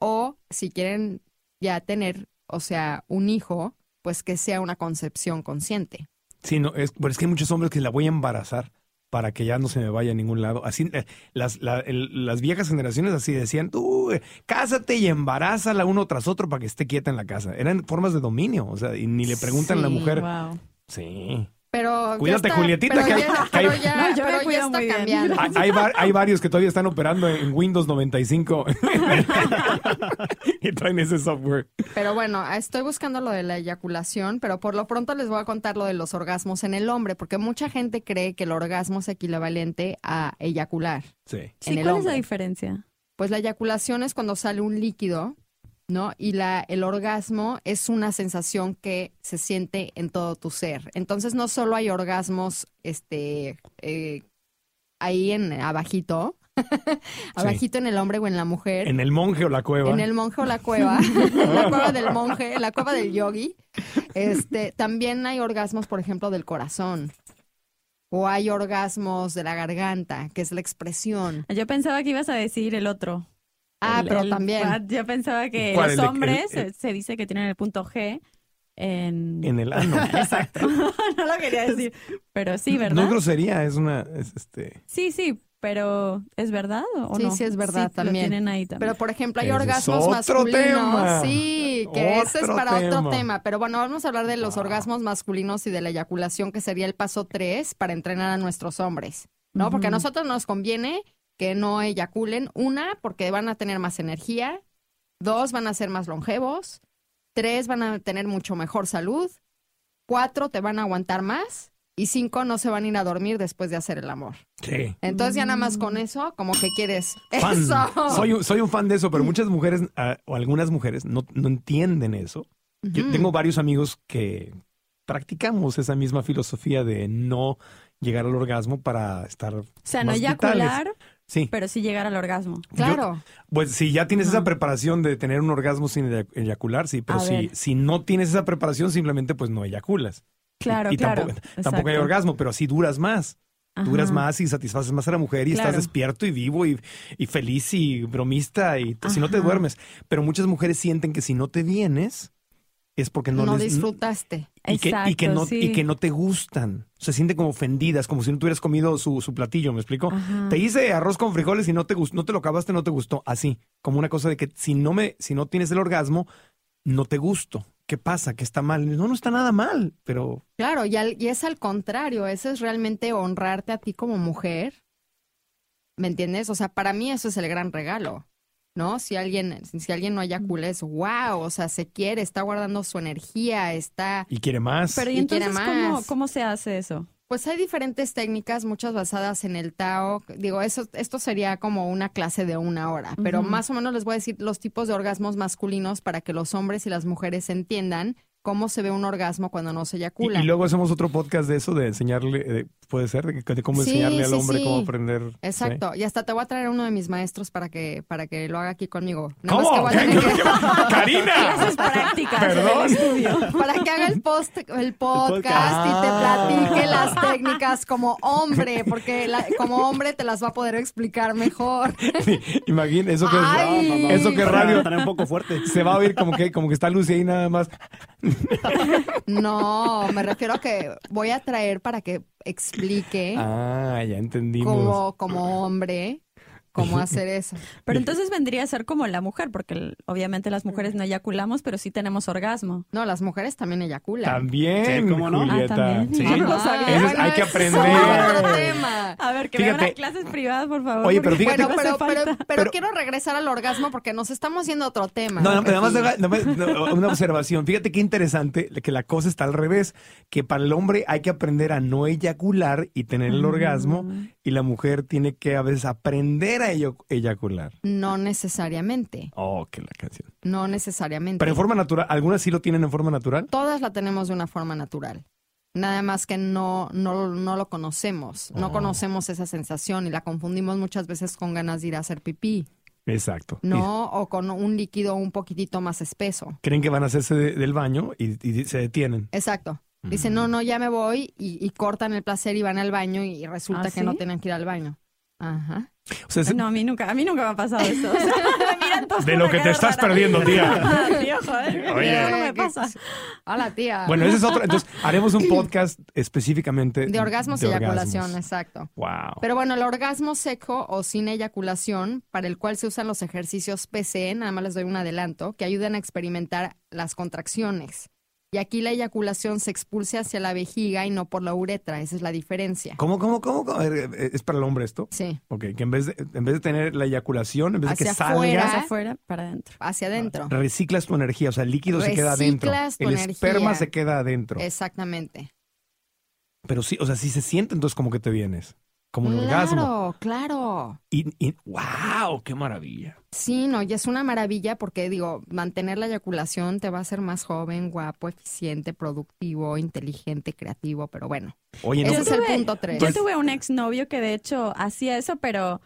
Speaker 3: O si quieren ya tener, o sea, un hijo, pues que sea una concepción consciente.
Speaker 1: Sí, no, es, pero es que hay muchos hombres que la voy a embarazar para que ya no se me vaya a ningún lado. Así, eh, las, la- el- las viejas generaciones así decían, tú, eh, cásate y embarázala uno tras otro para que esté quieta en la casa. Eran formas de dominio, o sea, y ni le preguntan a la
Speaker 3: Sí,
Speaker 1: mujer.
Speaker 4: Wow.
Speaker 1: Sí.
Speaker 3: Pero ya
Speaker 1: Cuídate,
Speaker 3: está-
Speaker 1: Julietita,
Speaker 3: pero
Speaker 1: que-
Speaker 3: ya-
Speaker 1: que hay-
Speaker 3: pero ya-
Speaker 4: [LAUGHS] No, yo me
Speaker 3: pero ya
Speaker 4: cuido
Speaker 3: está
Speaker 4: muy bien.
Speaker 3: cambiando.
Speaker 1: Hay, hay va- hay varios que todavía están operando en Windows 95 [LAUGHS] y traen ese software.
Speaker 3: Pero bueno, estoy buscando lo de la eyaculación, pero por lo pronto les voy a contar lo de los orgasmos en el hombre, porque mucha gente cree que el orgasmo es equivalente a eyacular.
Speaker 1: Sí.
Speaker 4: Sí,
Speaker 3: En el
Speaker 4: ¿cuál es la
Speaker 3: hombre.
Speaker 4: diferencia?
Speaker 3: Pues la eyaculación es cuando sale un líquido, ¿no? Y la, el orgasmo es una sensación que se siente en todo tu ser. Entonces no solo hay orgasmos, este, eh, ahí en abajito, [LAUGHS] abajito en el hombre o en la mujer.
Speaker 1: En el monje o la cueva.
Speaker 3: En el monje o la cueva, la cueva del monje, la cueva del yogi. Este, también hay orgasmos, por ejemplo, del corazón. O hay orgasmos de la garganta, que es la expresión.
Speaker 4: Yo pensaba que ibas a decir el otro.
Speaker 3: Ah,
Speaker 4: El-
Speaker 3: pero
Speaker 4: el
Speaker 3: también.
Speaker 4: fat. Yo pensaba que
Speaker 1: ¿Cuál,
Speaker 4: los
Speaker 1: el de-
Speaker 4: hombres
Speaker 1: el- el-
Speaker 4: eh, se dice que tienen el punto G en...
Speaker 1: En el ano.
Speaker 4: Exacto. [LAUGHS] no lo quería decir, pero sí,
Speaker 1: No
Speaker 4: ¿verdad?
Speaker 1: es grosería, es una. es, este,
Speaker 4: Sí, sí, pero ¿es verdad o o
Speaker 3: Sí,
Speaker 4: no?
Speaker 3: sí, es verdad también.
Speaker 4: Lo tienen ahí también.
Speaker 3: Pero, por ejemplo, hay
Speaker 1: Ese es
Speaker 3: orgasmos
Speaker 1: otro
Speaker 3: masculinos.
Speaker 1: tema.
Speaker 3: Sí, que ese es
Speaker 1: Otro
Speaker 3: para
Speaker 1: tema.
Speaker 3: otro tema. Pero bueno, vamos a hablar de los orgasmos masculinos y de la eyaculación, que sería el paso 3 para entrenar a nuestros hombres. ¿No? Porque a
Speaker 4: Ujú.
Speaker 3: nosotros nos conviene que no eyaculen. Una, porque van a tener más energía. Dos, van a ser más longevos. Tres, van a tener mucho mejor salud. Cuatro, te van a aguantar más. Y cinco, no se van a ir a dormir después de hacer el amor.
Speaker 1: sí.
Speaker 3: Entonces, ya nada más
Speaker 4: Mm.
Speaker 3: con eso, como que quieres.
Speaker 1: Fan.
Speaker 3: [LAUGHS] Eso.
Speaker 1: Soy, un- soy un fan de eso, pero muchas mujeres ah, o algunas mujeres no, no entienden eso. Yo
Speaker 3: Ujú.
Speaker 1: tengo varios amigos que practicamos esa misma filosofía de no llegar al orgasmo para estar.
Speaker 4: o sea, no
Speaker 1: más
Speaker 4: eyacular,
Speaker 1: vitales. Sí.
Speaker 4: pero sí llegar al orgasmo.
Speaker 1: Yo-
Speaker 3: Claro.
Speaker 1: Pues si ya tienes esa
Speaker 4: Ajá.
Speaker 1: preparación de tener un orgasmo sin eya- eyacular, sí, pero
Speaker 4: A
Speaker 1: si,
Speaker 4: ver.
Speaker 1: si no tienes esa preparación, simplemente pues no eyaculas. Y-
Speaker 4: Claro,
Speaker 1: y,
Speaker 4: claro.
Speaker 1: Tampoco, tampoco hay
Speaker 4: Exacto.
Speaker 1: orgasmo, pero así duras más. Duras
Speaker 4: Ajá.
Speaker 1: más y satisfaces más a la mujer y
Speaker 4: Claro.
Speaker 1: estás despierto y vivo y, y feliz y bromista y t- si no te
Speaker 4: Ajá.
Speaker 1: duermes. Pero muchas mujeres sienten que si no te vienes es porque no,
Speaker 3: no,
Speaker 1: les...
Speaker 3: disfrutaste.
Speaker 1: Y que, y, que
Speaker 4: Exacto,
Speaker 1: no,
Speaker 4: sí.
Speaker 1: y que no te gustan. Se sienten como ofendidas, como si no tuvieras comido su, su platillo, ¿me explico?
Speaker 4: Ajá.
Speaker 1: Te hice arroz con frijoles y no te gustó, no te lo acabaste, no te gustó. Así, como una cosa de que si no me, si no tienes el orgasmo, no te gusto. ¿Qué pasa? ¿Qué está mal? No, no está nada mal, pero
Speaker 3: Claro, y, al- y es al contrario, eso es realmente honrarte a ti como mujer. ¿Me entiendes? O sea, para mí eso es el gran regalo, ¿no? Si alguien, si alguien no eyacula es wow, o sea, se quiere, está guardando su energía, está...
Speaker 1: y quiere más.
Speaker 4: Pero ¿y
Speaker 3: Y quiere
Speaker 4: entonces cómo,
Speaker 3: más.
Speaker 4: cómo se hace eso?
Speaker 3: Pues hay diferentes técnicas, muchas basadas en el Tao. Digo, eso, esto sería como una clase de una hora, pero
Speaker 4: Ujú.
Speaker 3: más o menos les voy a decir los tipos de orgasmos masculinos para que los hombres y las mujeres entiendan cómo se ve un orgasmo cuando no se
Speaker 1: y,
Speaker 3: eyacula.
Speaker 1: y luego hacemos otro podcast de eso, de enseñarle, eh, puede ser, de, de cómo
Speaker 3: Sí,
Speaker 1: enseñarle al
Speaker 3: sí,
Speaker 1: hombre
Speaker 3: sí.
Speaker 1: cómo aprender. ¿sí?
Speaker 3: Exacto, y hasta te voy a traer a uno de mis maestros para que para que lo haga aquí conmigo. Nada más que
Speaker 1: ¿Cómo? [LAUGHS]
Speaker 3: voy a tener [LAUGHS] que-
Speaker 1: ¡Karina! [LAUGHS]
Speaker 4: Clases prácticas.
Speaker 1: Perdón. [LAUGHS]
Speaker 3: para que haga el post el podcast
Speaker 1: podcast.
Speaker 3: y te
Speaker 1: Ah.
Speaker 3: platique las técnicas como hombre, porque la- como hombre te las va a poder explicar mejor.
Speaker 1: Imagina, eso que es-
Speaker 3: Ay. Eso que
Speaker 5: Estará-
Speaker 1: radio-
Speaker 5: estará un poco fuerte. [LAUGHS]
Speaker 1: se va a oír como que, como que está Lucy ahí nada más.
Speaker 3: No, me refiero a que voy a traer para que explique
Speaker 1: Ah, ya entendimos.
Speaker 3: como como hombre cómo hacer eso.
Speaker 4: Pero entonces vendría a ser como la mujer, porque el- obviamente las mujeres no eyaculamos, pero sí tenemos orgasmo.
Speaker 3: No, las mujeres también eyaculan.
Speaker 1: También,
Speaker 5: Sí, ¿cómo no? Ah,
Speaker 1: Julieta.
Speaker 4: también.
Speaker 1: Sí.
Speaker 4: Ah, no lo
Speaker 3: Ah,
Speaker 4: sabía.
Speaker 1: Ese es- hay que
Speaker 3: ese es
Speaker 1: aprender.
Speaker 3: otro tema.
Speaker 4: A ver, que
Speaker 1: Fíjate.
Speaker 4: me hagan clases privadas, por favor.
Speaker 1: Oye, pero
Speaker 4: porque
Speaker 1: fíjate-
Speaker 4: me
Speaker 3: Bueno,
Speaker 1: Bueno,
Speaker 4: hace
Speaker 3: pero, pero,
Speaker 4: falta.
Speaker 3: pero, quiero regresar al orgasmo porque nos estamos yendo a otro tema.
Speaker 1: No, no, nada más
Speaker 3: Regina.
Speaker 1: deja- nada más- no, una observación. Fíjate qué interesante que la cosa está al revés, que para el hombre hay que aprender a no eyacular y tener el orgasmo y la mujer tiene que a veces aprender a ello- eyacular.
Speaker 3: No necesariamente,
Speaker 1: Oh, que la canción.
Speaker 3: no necesariamente.
Speaker 1: Pero en forma natural, algunas sí lo tienen en forma natural.
Speaker 3: Todas la tenemos de una forma natural. Nada más que no, no, no lo conocemos, no
Speaker 1: Oh.
Speaker 3: conocemos esa sensación y la confundimos muchas veces con ganas de ir a hacer pipí,
Speaker 1: Exacto.
Speaker 3: ¿no? O con un líquido un poquitito más espeso.
Speaker 1: Y creen que van a hacerse de- del baño y, y se detienen.
Speaker 3: Exacto.
Speaker 1: Mm.
Speaker 3: Dicen, no, no, ya me voy y, y cortan el placer y van al baño y resulta
Speaker 4: ¿Ah,
Speaker 3: que
Speaker 4: sí?
Speaker 3: no tienen que ir al baño. Ajá.
Speaker 1: O sea, es-
Speaker 4: No, a mí nunca, a mí nunca me ha pasado eso. O sea, [LAUGHS] me miran todos
Speaker 1: De
Speaker 4: con
Speaker 1: lo
Speaker 4: una
Speaker 1: que te
Speaker 4: cara
Speaker 1: estás
Speaker 4: rara.
Speaker 1: perdiendo, tía.
Speaker 4: [LAUGHS] Ah, tío, joder,
Speaker 1: Oye.
Speaker 4: eso no [LAUGHS] me pasa.
Speaker 3: Hola, tía.
Speaker 1: bueno, ese es otro.
Speaker 3: [LAUGHS]
Speaker 1: Entonces, haremos un podcast específicamente
Speaker 3: de orgasmos
Speaker 1: de
Speaker 3: y eyaculación,
Speaker 1: orgasmos.
Speaker 3: exacto.
Speaker 1: Wow.
Speaker 3: Pero bueno, el orgasmo seco o sin eyaculación, para el cual se usan los ejercicios PCE, nada más les doy un adelanto, que ayudan a experimentar las contracciones. Y aquí la eyaculación se expulsa hacia la vejiga y no por la uretra, esa es la diferencia.
Speaker 1: ¿Cómo, cómo, cómo? cómo? A ver, eh, ¿Es para el hombre esto?
Speaker 3: Sí,
Speaker 1: Ok, que en vez de, en vez de tener la eyaculación, en vez de que
Speaker 3: Hacia
Speaker 1: salga,
Speaker 3: afuera.
Speaker 4: Hacia afuera, para adentro.
Speaker 3: hacia adentro.
Speaker 1: reciclas tu energía, o sea, el líquido se queda adentro.
Speaker 3: Reciclas tu
Speaker 1: El esperma
Speaker 3: energía.
Speaker 1: se queda adentro.
Speaker 3: Exactamente.
Speaker 1: Pero sí, o sea, sí se siente entonces como que te vienes, como un orgasmo.
Speaker 3: Claro, claro.
Speaker 1: Y, y- wow, qué maravilla.
Speaker 3: Sí, no, y es una maravilla porque digo, mantener la eyaculación te va a hacer más joven, guapo, eficiente, productivo, inteligente, creativo, pero bueno,
Speaker 1: Oye, no,
Speaker 3: ese
Speaker 4: Yo
Speaker 3: es el
Speaker 4: tuve-
Speaker 3: punto tres.
Speaker 4: Yo tuve un exnovio que de hecho hacía eso, pero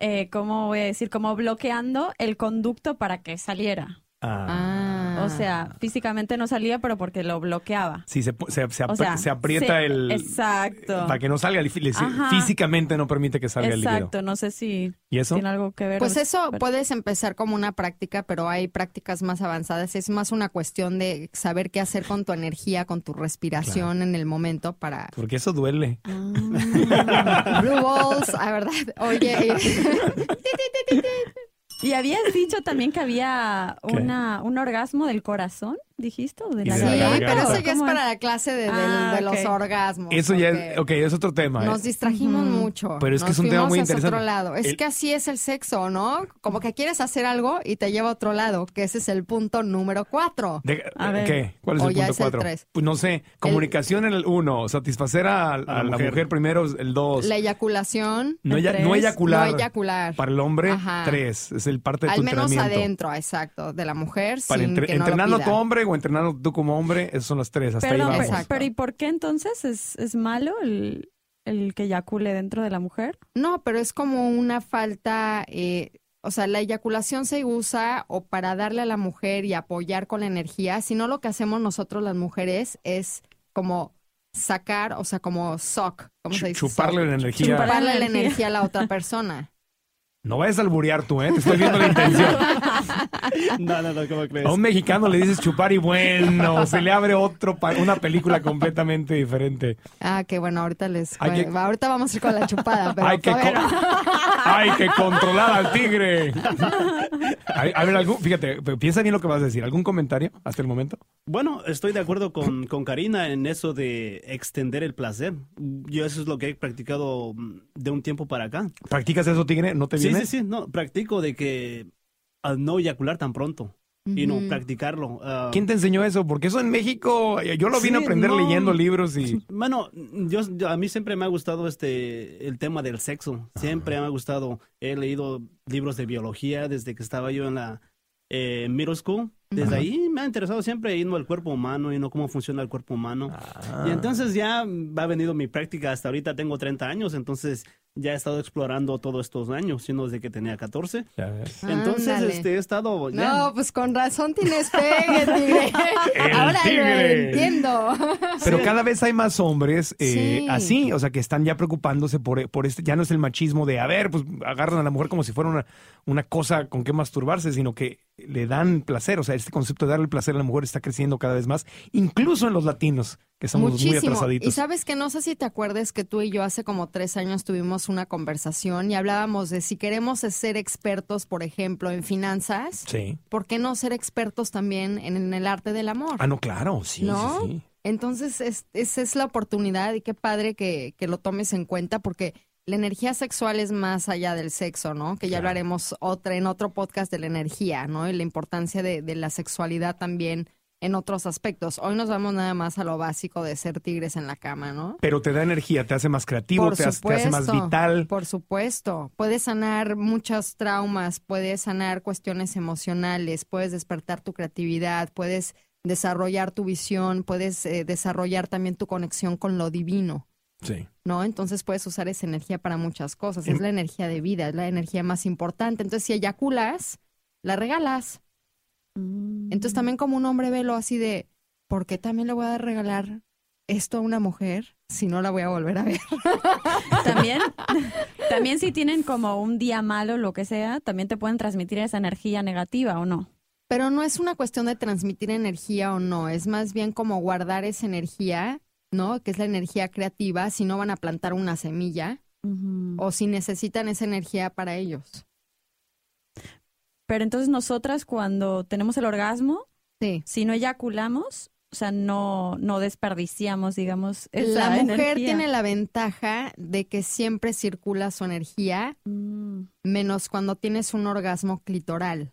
Speaker 4: eh, ¿cómo voy a decir? Como bloqueando el conducto para que saliera.
Speaker 1: ah,
Speaker 3: Ah,
Speaker 4: O sea, físicamente no salía, pero porque lo bloqueaba.
Speaker 1: Sí, se, pu- se- se
Speaker 4: O
Speaker 1: apri-
Speaker 4: sea,
Speaker 1: se aprieta
Speaker 4: se-
Speaker 1: el...
Speaker 4: exacto.
Speaker 1: Para que no salga, el fí- le-
Speaker 4: Ajá.
Speaker 1: físicamente no permite que salga el líquido.
Speaker 4: Exacto, no sé si
Speaker 1: ¿Y eso?
Speaker 4: tiene algo que ver.
Speaker 3: Pues
Speaker 4: o-
Speaker 3: eso
Speaker 4: pero-
Speaker 3: puedes empezar como una práctica, pero hay prácticas más avanzadas. Es más una cuestión de saber qué hacer con tu energía, con tu respiración en el momento para...
Speaker 1: Porque eso duele.
Speaker 3: [LAUGHS] Blue balls, la verdad.
Speaker 1: [LAUGHS]
Speaker 3: Oye,
Speaker 4: [LAUGHS] Y habías dicho también que había
Speaker 1: ¿Qué?
Speaker 4: una, un orgasmo del corazón, dijiste, o de
Speaker 1: Y
Speaker 4: la
Speaker 1: de
Speaker 3: sí,
Speaker 1: la
Speaker 4: garganta,
Speaker 1: garganta.
Speaker 3: pero eso
Speaker 4: ¿o
Speaker 3: ya es
Speaker 4: cómo
Speaker 3: para la clase de, del-
Speaker 4: Ah,
Speaker 3: de los
Speaker 4: ok.
Speaker 3: orgasmos.
Speaker 1: Eso ya
Speaker 3: porque
Speaker 1: es... Ok, es otro tema.
Speaker 3: Nos
Speaker 1: ¿eh?
Speaker 3: distrajimos mucho.
Speaker 1: Pero es que
Speaker 3: Nos
Speaker 1: es un tema muy
Speaker 3: fuimos hacia
Speaker 1: interesante.
Speaker 3: otro lado. Es
Speaker 1: El-
Speaker 3: que así es el sexo, ¿no? Como que quieres hacer algo y te lleva a otro lado, que ese es el punto número cuatro.
Speaker 1: De- eh,
Speaker 4: A ver.
Speaker 1: ¿Qué? ¿Cuál es
Speaker 3: O
Speaker 1: el
Speaker 3: ya
Speaker 1: punto
Speaker 3: es el
Speaker 1: 4?
Speaker 3: tres.
Speaker 1: Pues no sé. Comunicación en el 1, satisfacer a, a la, mujer. primero, el 2.
Speaker 3: La eyaculación.
Speaker 1: No,
Speaker 4: el
Speaker 1: eya- no
Speaker 4: tres,
Speaker 1: eyacular.
Speaker 3: no eyacular.
Speaker 1: Para el hombre,
Speaker 3: Ajá.
Speaker 1: 3. Es el parte de tu
Speaker 3: Al menos
Speaker 1: entrenamiento.
Speaker 3: adentro, exacto, de la mujer.
Speaker 1: Para
Speaker 3: sin
Speaker 1: entre-
Speaker 3: que no lo
Speaker 1: entrenarlo
Speaker 3: pida.
Speaker 1: tu hombre o entrenarlo tú como hombre, esos son los tres. Hasta ahí
Speaker 4: Perdón, pero,
Speaker 1: vamos.
Speaker 3: Exacto.
Speaker 4: pero ¿y por qué entonces es, es malo el, el que eyacule dentro de la mujer?
Speaker 3: No, pero es como una falta. eh, o sea, la eyaculación se usa o para darle a la mujer y apoyar con la energía, sino lo que hacemos nosotros las mujeres es como sacar, o sea, como sock, ¿cómo se
Speaker 1: Chu-
Speaker 3: dice?
Speaker 1: Chuparle
Speaker 3: Sock.
Speaker 1: la energía.
Speaker 4: Chupar-
Speaker 3: Chuparle la
Speaker 4: Energía.
Speaker 3: energía a la otra persona.
Speaker 1: No vayas a alburear tú, ¿eh? Te estoy viendo la intención.
Speaker 3: [LAUGHS]
Speaker 5: No, no, no, ¿cómo crees?
Speaker 1: A un mexicano le dices chupar y bueno, se le abre otro pa- una película completamente diferente.
Speaker 3: Ah, que bueno, ahorita les.
Speaker 1: Hay que-
Speaker 3: bueno, ahorita vamos a ir con la chupada,
Speaker 1: [LAUGHS]
Speaker 3: pero
Speaker 1: Hay que,
Speaker 3: todavía
Speaker 1: co-
Speaker 3: no.
Speaker 1: hay
Speaker 3: [LAUGHS]
Speaker 1: que controlar al tigre. A, a ver, algún, fíjate, pero piensa bien lo que vas a decir. ¿Algún comentario hasta el momento?
Speaker 5: Bueno, estoy de acuerdo con, con Karina en eso de extender el placer. Yo eso es lo que he practicado mm, de un tiempo para acá.
Speaker 1: ¿Practicas eso, tigre? ¿No te
Speaker 5: Sí,
Speaker 1: viene?
Speaker 5: sí, sí, no, practico de que al no eyacular tan pronto y no
Speaker 3: Ujú.
Speaker 5: practicarlo. ah,
Speaker 1: ¿Quién te enseñó eso? Porque eso en México, eh, yo lo vine a
Speaker 5: Sí,
Speaker 1: aprender
Speaker 5: no.
Speaker 1: leyendo libros
Speaker 5: [LAUGHS]
Speaker 1: y...
Speaker 5: Bueno, yo, yo- a mí siempre me ha gustado este el tema del sexo. Siempre me ha gustado. He leído libros de biología desde que estaba yo en la eh, middle school. Desde
Speaker 1: Ajá.
Speaker 5: ahí me ha interesado siempre irnos al cuerpo humano y no cómo funciona el cuerpo humano.
Speaker 1: Ah.
Speaker 5: Y entonces ya ha venido mi práctica. Hasta ahorita tengo 30 años, entonces ya he estado explorando todos estos años, sino desde que tenía 14.
Speaker 1: Ya ves.
Speaker 5: Entonces
Speaker 3: Ándale.
Speaker 5: este, he estado ya
Speaker 3: No, pues con razón tienes pegue, tigre.
Speaker 1: [LAUGHS] El
Speaker 3: Ahora
Speaker 1: tigre.
Speaker 3: lo entiendo.
Speaker 1: Pero cada vez hay más hombres eh,
Speaker 3: Sí.
Speaker 1: así, o sea, que están ya preocupándose por, por este, ya no es el machismo de, a ver, pues agarran a la mujer como si fuera una, una cosa con que masturbarse, sino que le dan placer, o sea, este concepto de darle placer a la mujer está creciendo cada vez más, incluso en los latinos, que somos muy
Speaker 3: Y
Speaker 1: atrasaditos.
Speaker 3: sabes que no sé si te acuerdes que tú y yo hace como tres años tuvimos una conversación y hablábamos de si queremos ser expertos, por ejemplo, en finanzas,
Speaker 1: Sí.
Speaker 3: ¿por qué no ser expertos también en, en el arte del amor?
Speaker 1: Ah, no, claro, sí,
Speaker 3: ¿No?
Speaker 1: sí, sí.
Speaker 3: Entonces, es- esa es la oportunidad y qué padre que, que lo tomes en cuenta porque la energía sexual es más allá del sexo, ¿no? Que ya
Speaker 1: Claro.
Speaker 3: hablaremos otra, en otro podcast de la energía, ¿no? Y la importancia de, de la sexualidad también en otros aspectos. Hoy nos vamos nada más a lo básico de ser tigres en la cama, ¿no?
Speaker 1: Pero te da energía, te hace más creativo,
Speaker 3: Por
Speaker 1: te hace, te hace más
Speaker 3: supuesto,
Speaker 1: vital.
Speaker 3: Por supuesto. Puedes sanar muchos traumas, puedes sanar cuestiones emocionales, puedes despertar tu creatividad, puedes desarrollar tu visión, puedes eh, desarrollar también tu conexión con lo divino,
Speaker 1: Sí.
Speaker 3: ¿no? Entonces puedes usar esa energía para muchas cosas. Es la energía de vida, es la energía más importante. Entonces, si eyaculas, la regalas. Entonces, también como un hombre velo así de, ¿por qué también le voy a regalar esto a una mujer si no la voy a volver a ver?
Speaker 4: También, [LAUGHS] también si tienen como un día malo, lo que sea, también te pueden transmitir esa energía negativa o no.
Speaker 3: Pero no es una cuestión de transmitir energía o no, es más bien como guardar esa energía, ¿no? Que es la energía creativa, si no van a plantar una semilla o si necesitan esa energía para ellos.
Speaker 4: Pero entonces nosotras cuando tenemos el orgasmo,
Speaker 3: Sí.
Speaker 4: si no eyaculamos, o sea, no, no desperdiciamos, digamos,
Speaker 3: La
Speaker 4: esa
Speaker 3: mujer
Speaker 4: energía.
Speaker 3: tiene la ventaja de que siempre circula su energía,
Speaker 4: Mm.
Speaker 3: menos cuando tienes un orgasmo clitoral.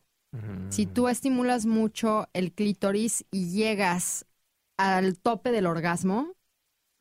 Speaker 3: Si tú estimulas mucho el clítoris y llegas al tope del orgasmo,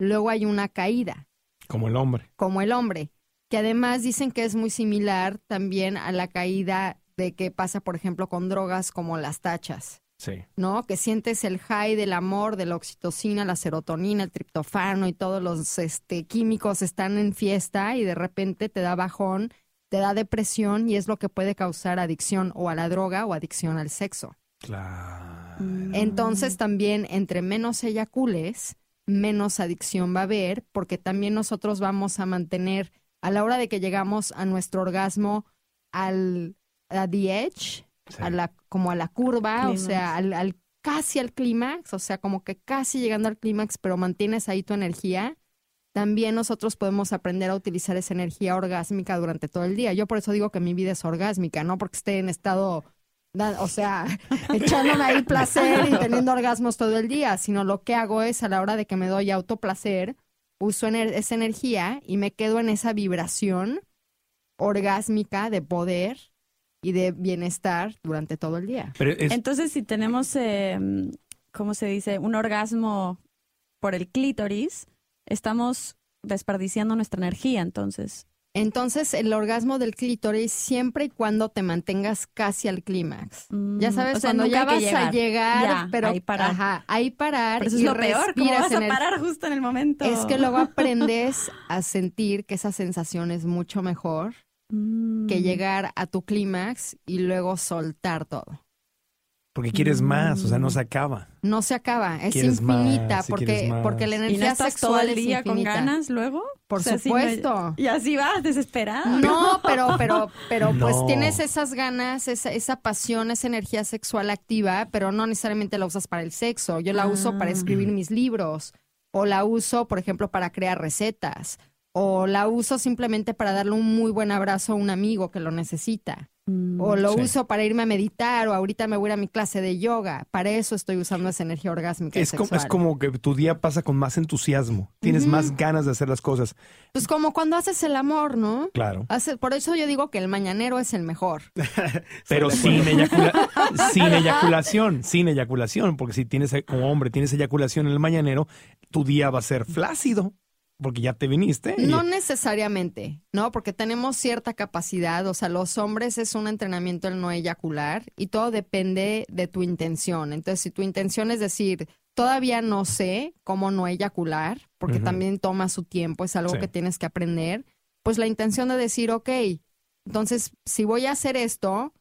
Speaker 3: luego hay una caída.
Speaker 1: Como el hombre.
Speaker 3: como el hombre, que además dicen que es muy similar también a la caída de que pasa, por ejemplo, con drogas como las tachas,
Speaker 1: Sí.
Speaker 3: ¿no? Que sientes el high del amor, de la oxitocina, la serotonina, el triptofano y todos los este, químicos están en fiesta y de repente te da bajón, te da depresión y es lo que puede causar adicción o a la droga o adicción al sexo.
Speaker 1: Claro.
Speaker 3: Entonces también entre menos eyacules, menos adicción va a haber, porque también nosotros vamos a mantener a la hora de que llegamos a nuestro orgasmo al a the edge,
Speaker 1: Sí.
Speaker 3: a la, como a la curva, o
Speaker 4: Clímax.
Speaker 3: sea, al, al- casi al clímax, o sea, como que casi llegando al clímax, pero mantienes ahí tu energía. También nosotros podemos aprender a utilizar esa energía orgásmica durante todo el día. Yo por eso digo que mi vida es orgásmica, no porque esté en estado, da- o sea, echándome ahí placer y teniendo orgasmos todo el día, sino lo que hago es a la hora de que me doy autoplacer, uso ener- esa energía y me quedo en esa vibración orgásmica de poder y de bienestar durante todo el día.
Speaker 1: Pero es-
Speaker 4: Entonces, si tenemos, eh, ¿cómo se dice? Un orgasmo por el clítoris, estamos desperdiciando nuestra energía, entonces.
Speaker 3: Entonces, el orgasmo del clítoris siempre y cuando te mantengas casi al clímax.
Speaker 4: Mm,
Speaker 3: Ya sabes,
Speaker 4: o sea,
Speaker 3: cuando
Speaker 4: nunca
Speaker 3: ya
Speaker 4: hay
Speaker 3: vas
Speaker 4: que
Speaker 3: a llegar,
Speaker 4: Ya,
Speaker 3: pero
Speaker 4: ahí parar.
Speaker 3: ajá, ahí parar
Speaker 4: Pero eso es
Speaker 3: y
Speaker 4: lo peor, ¿cómo
Speaker 3: respiras
Speaker 4: vas a
Speaker 3: en el-
Speaker 4: parar justo en el momento?
Speaker 3: Es que
Speaker 4: [LAUGHS]
Speaker 3: luego aprendes a sentir que esa sensación es mucho mejor
Speaker 4: Mm.
Speaker 3: que llegar a tu clímax y luego soltar todo.
Speaker 1: porque quieres más, o sea,
Speaker 3: Mm.
Speaker 1: no se acaba.
Speaker 3: No se acaba, es
Speaker 1: Quieres más,
Speaker 3: infinita
Speaker 1: y quieres
Speaker 3: porque
Speaker 1: más.
Speaker 3: porque la
Speaker 1: Y no
Speaker 4: ¿Y
Speaker 3: energía
Speaker 4: no estás
Speaker 3: sexual
Speaker 4: todo el
Speaker 3: es
Speaker 4: día con
Speaker 3: infinita.
Speaker 4: ganas luego?
Speaker 3: Por
Speaker 4: O sea, si no-
Speaker 3: supuesto.
Speaker 4: y así vas, desesperada.
Speaker 3: [LAUGHS]
Speaker 1: [LAUGHS]
Speaker 3: No, pero, pero, pero pues
Speaker 1: No.
Speaker 3: tienes esas ganas, esa, esa pasión, esa energía sexual activa, pero no necesariamente la usas para el sexo. Yo la uso
Speaker 1: Mm.
Speaker 3: para escribir mis libros, o la uso, por ejemplo, para crear recetas, o la uso simplemente para darle un muy buen abrazo a un amigo que lo necesita, o lo
Speaker 1: Mm. Sí.
Speaker 3: uso para irme a meditar, o ahorita me voy a ir a mi clase de yoga. Para eso estoy usando esa energía orgásmica.
Speaker 1: Es como,
Speaker 3: sexual.
Speaker 1: es como que tu día pasa con más entusiasmo, tienes más ganas de hacer las cosas. Ah,
Speaker 3: Pues como cuando haces el amor, ¿no?
Speaker 1: Claro.
Speaker 3: Hace- por eso yo digo que el mañanero es el mejor.
Speaker 1: Pero sin, eyacula-
Speaker 4: [LAUGHS]
Speaker 1: sin eyaculación, sin eyaculación, porque si tienes, como hombre, tienes eyaculación en el mañanero, tu día va a ser flácido, porque ya te viniste. y-
Speaker 3: No necesariamente, ¿no? Porque tenemos cierta capacidad, o sea, los hombres es un entrenamiento el no eyacular y todo depende de tu intención. Entonces, si tu intención es decir, todavía no sé cómo no eyacular, porque
Speaker 1: Ujú.
Speaker 3: también toma su tiempo, es algo
Speaker 1: Sí.
Speaker 3: que tienes que aprender, pues la intención de decir, ok, entonces, si voy a hacer esto,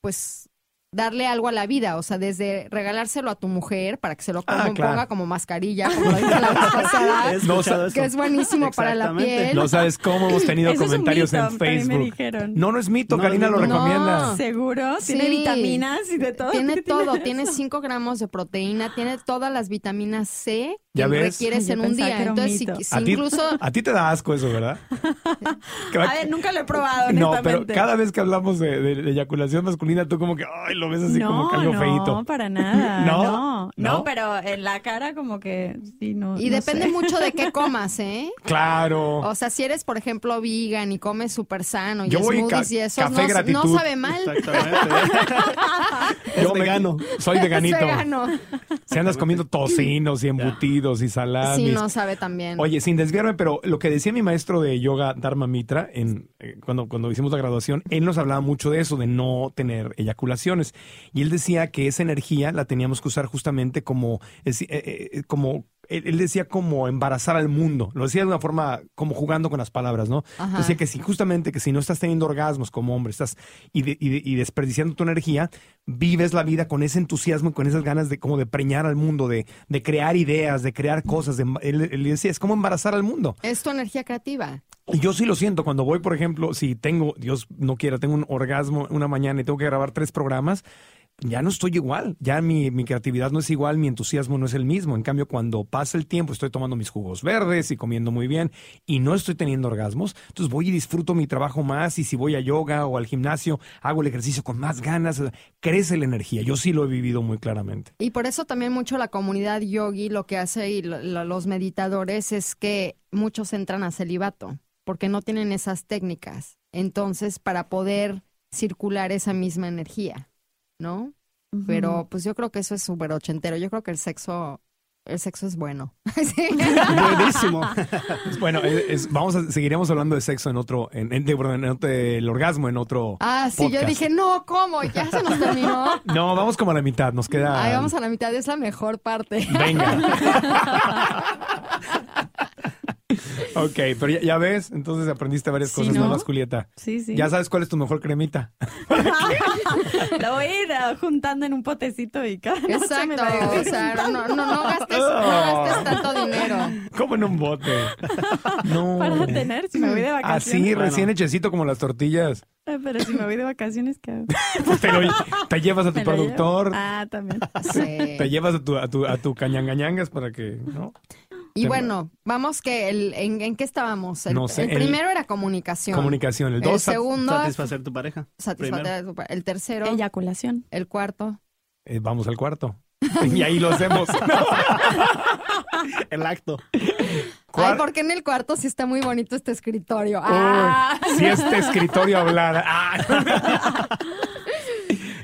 Speaker 3: pues darle algo a la vida, o sea, desde regalárselo a tu mujer para que se lo
Speaker 1: Ah,
Speaker 3: ponga,
Speaker 1: claro.
Speaker 3: ponga
Speaker 1: [LAUGHS]
Speaker 3: como mascarilla, como lo dije la vez pasada,
Speaker 5: He
Speaker 1: No, o
Speaker 5: escuchado
Speaker 1: sea,
Speaker 5: eso.
Speaker 3: pues, que
Speaker 1: [LAUGHS]
Speaker 3: es buenísimo para la
Speaker 5: Exactamente.
Speaker 3: piel.
Speaker 1: No sabes cómo hemos tenido
Speaker 4: [LAUGHS] Eso es un
Speaker 1: comentarios
Speaker 4: mito,
Speaker 1: en
Speaker 4: también me
Speaker 1: Facebook.
Speaker 4: dijeron.
Speaker 1: No, no es mito,
Speaker 5: No,
Speaker 1: Karina
Speaker 5: no,
Speaker 1: lo
Speaker 3: no.
Speaker 1: recomienda.
Speaker 4: ¿Seguro? ¿Tiene
Speaker 3: Sí.
Speaker 4: vitaminas y de todo?
Speaker 3: Tiene
Speaker 4: ¿Qué
Speaker 3: todo,
Speaker 4: eso?
Speaker 3: tiene 5 gramos de proteína, tiene todas las vitaminas C que
Speaker 1: ¿Ya ves?
Speaker 3: requieres
Speaker 4: Yo
Speaker 3: en un
Speaker 4: pensaba
Speaker 3: día.
Speaker 4: que era un
Speaker 3: Entonces, si,
Speaker 4: mito.
Speaker 3: si
Speaker 1: A ti,
Speaker 3: incluso
Speaker 1: [LAUGHS] a ti te da asco eso,
Speaker 4: [LAUGHS]
Speaker 1: ¿verdad? Que va-
Speaker 4: A ver, nunca lo he probado,
Speaker 1: no,
Speaker 4: honestamente.
Speaker 1: pero cada vez que hablamos de, de- de eyaculación masculina, tú como que, ay, lo ves así
Speaker 4: no,
Speaker 1: como que algo
Speaker 4: no,
Speaker 1: feíto.
Speaker 4: para nada.
Speaker 1: [LAUGHS] ¿No?
Speaker 4: ¿No? No,
Speaker 1: ¿No?
Speaker 4: pero en la cara como que sí, no.
Speaker 3: y
Speaker 4: no
Speaker 3: depende
Speaker 4: sé.
Speaker 3: mucho de qué
Speaker 1: [LAUGHS]
Speaker 3: comas, ¿eh?
Speaker 1: Claro.
Speaker 3: O sea, si eres, por ejemplo, vegan y comes súper sano y
Speaker 1: Yo voy
Speaker 3: smoothies
Speaker 1: ca-
Speaker 3: y eso,
Speaker 1: café
Speaker 3: no, no
Speaker 1: gratitud.
Speaker 3: sabe mal. [LAUGHS]
Speaker 5: Exactamente.
Speaker 1: Yo
Speaker 5: es
Speaker 1: me-
Speaker 5: vegano.
Speaker 1: Soy
Speaker 3: Es [LAUGHS]
Speaker 1: veganito.
Speaker 3: vegano.
Speaker 1: Si andas comiendo tocinos y embutidos y salamis.
Speaker 3: Sí, no sabe también.
Speaker 1: Ah, Oye, sin desviarme, pero lo que decía mi maestro de yoga, Dharma Mitra, en, eh, cuando, cuando hicimos la graduación, él nos hablaba mucho de eso, de no tener eyaculaciones. Y él decía que esa energía la teníamos que usar justamente como, es- eh, eh, como él, él decía como embarazar al mundo. Lo decía de una forma como jugando con las palabras, ¿no?
Speaker 3: Ajá.
Speaker 1: Decía que si justamente que si no estás teniendo orgasmos como hombre, estás y, de- y de- y desperdiciando tu energía, vives la vida con ese entusiasmo y con esas ganas de como de preñar al mundo, de, de crear ideas, de crear cosas. de emba- él, él decía, es como embarazar al mundo.
Speaker 3: Es tu energía creativa.
Speaker 1: Y yo sí lo siento cuando voy, por ejemplo, si tengo, Dios no quiera, tengo un orgasmo una mañana y tengo que grabar tres programas, ya no estoy igual, ya mi, mi creatividad no es igual, mi entusiasmo no es el mismo. En cambio, cuando pasa el tiempo, estoy tomando mis jugos verdes y comiendo muy bien y no estoy teniendo orgasmos, entonces voy y disfruto mi trabajo más y si voy a yoga o al gimnasio, hago el ejercicio con más ganas, o sea, crece la energía. Yo sí lo he vivido muy claramente.
Speaker 3: Y por eso también mucho la comunidad yogi lo que hace y lo- lo- los meditadores es que muchos entran a celibato porque no tienen esas técnicas. Entonces, para poder circular esa misma energía, ¿no?
Speaker 4: Ujú.
Speaker 3: Pero pues yo creo que eso es súper ochentero. Yo creo que el sexo, el sexo es bueno. [LAUGHS] Sí.
Speaker 5: Buenísimo.
Speaker 1: [LAUGHS] Bueno, es- es- vamos a, seguiremos hablando de sexo en otro, en, en- de- perdón, en otro- el orgasmo en otro.
Speaker 3: Ah, sí, yo
Speaker 1: podcast.
Speaker 3: dije, no, ¿cómo? Ya se
Speaker 1: [LAUGHS]
Speaker 3: nos terminó.
Speaker 1: No, vamos como a la mitad, nos queda.
Speaker 3: Ahí vamos a la mitad,
Speaker 1: [LAUGHS]
Speaker 3: es la mejor parte.
Speaker 1: Venga. Ok, pero ya, ya ves, entonces aprendiste varias
Speaker 4: Sí,
Speaker 1: cosas
Speaker 4: ¿no?
Speaker 1: nuevas, Julieta.
Speaker 4: Sí, sí.
Speaker 1: Ya sabes cuál es tu mejor cremita. [LAUGHS]
Speaker 4: [LAUGHS] La voy a ir ah, juntando en un potecito y cada noche me
Speaker 3: Exacto,
Speaker 4: la iré
Speaker 3: o sea, no, no, no gastes,
Speaker 1: Oh. [LAUGHS]
Speaker 3: no gastes tanto dinero.
Speaker 1: Como en un bote. No.
Speaker 4: Para tener, si me voy de
Speaker 1: Mm. [LAUGHS] Así,
Speaker 4: vacaciones.
Speaker 1: recién hechecito como las tortillas.
Speaker 4: Ay, Pero si me voy de vacaciones,
Speaker 1: [LAUGHS]
Speaker 4: ¿qué hago?
Speaker 1: Pues te, lo- te llevas a tu
Speaker 4: Me la llevo.
Speaker 1: productor,
Speaker 4: Ah,
Speaker 1: [LAUGHS]
Speaker 4: también.
Speaker 3: Sí.
Speaker 1: te llevas a tu, a tu, a tu cañangañangas para que, ¿no?
Speaker 3: Y bueno, vamos que el, en, en qué estábamos? El,
Speaker 1: No sé,
Speaker 3: el
Speaker 1: el-
Speaker 3: primero era comunicación.
Speaker 1: Comunicación. El
Speaker 3: el,
Speaker 1: dos,
Speaker 3: segundo,
Speaker 5: Satisfacer tu pareja.
Speaker 3: satisfacer- el tercero,
Speaker 4: Eyaculación.
Speaker 3: el cuarto.
Speaker 1: eh, vamos al cuarto. [LAUGHS] Y ahí lo hacemos.
Speaker 5: Primero, [LAUGHS] el acto.
Speaker 1: Cuar-
Speaker 3: Ay, porque en el cuarto sí está muy bonito este escritorio.
Speaker 1: Uy,
Speaker 3: Ah.
Speaker 1: si este escritorio
Speaker 3: [LAUGHS]
Speaker 1: hablara. Ah.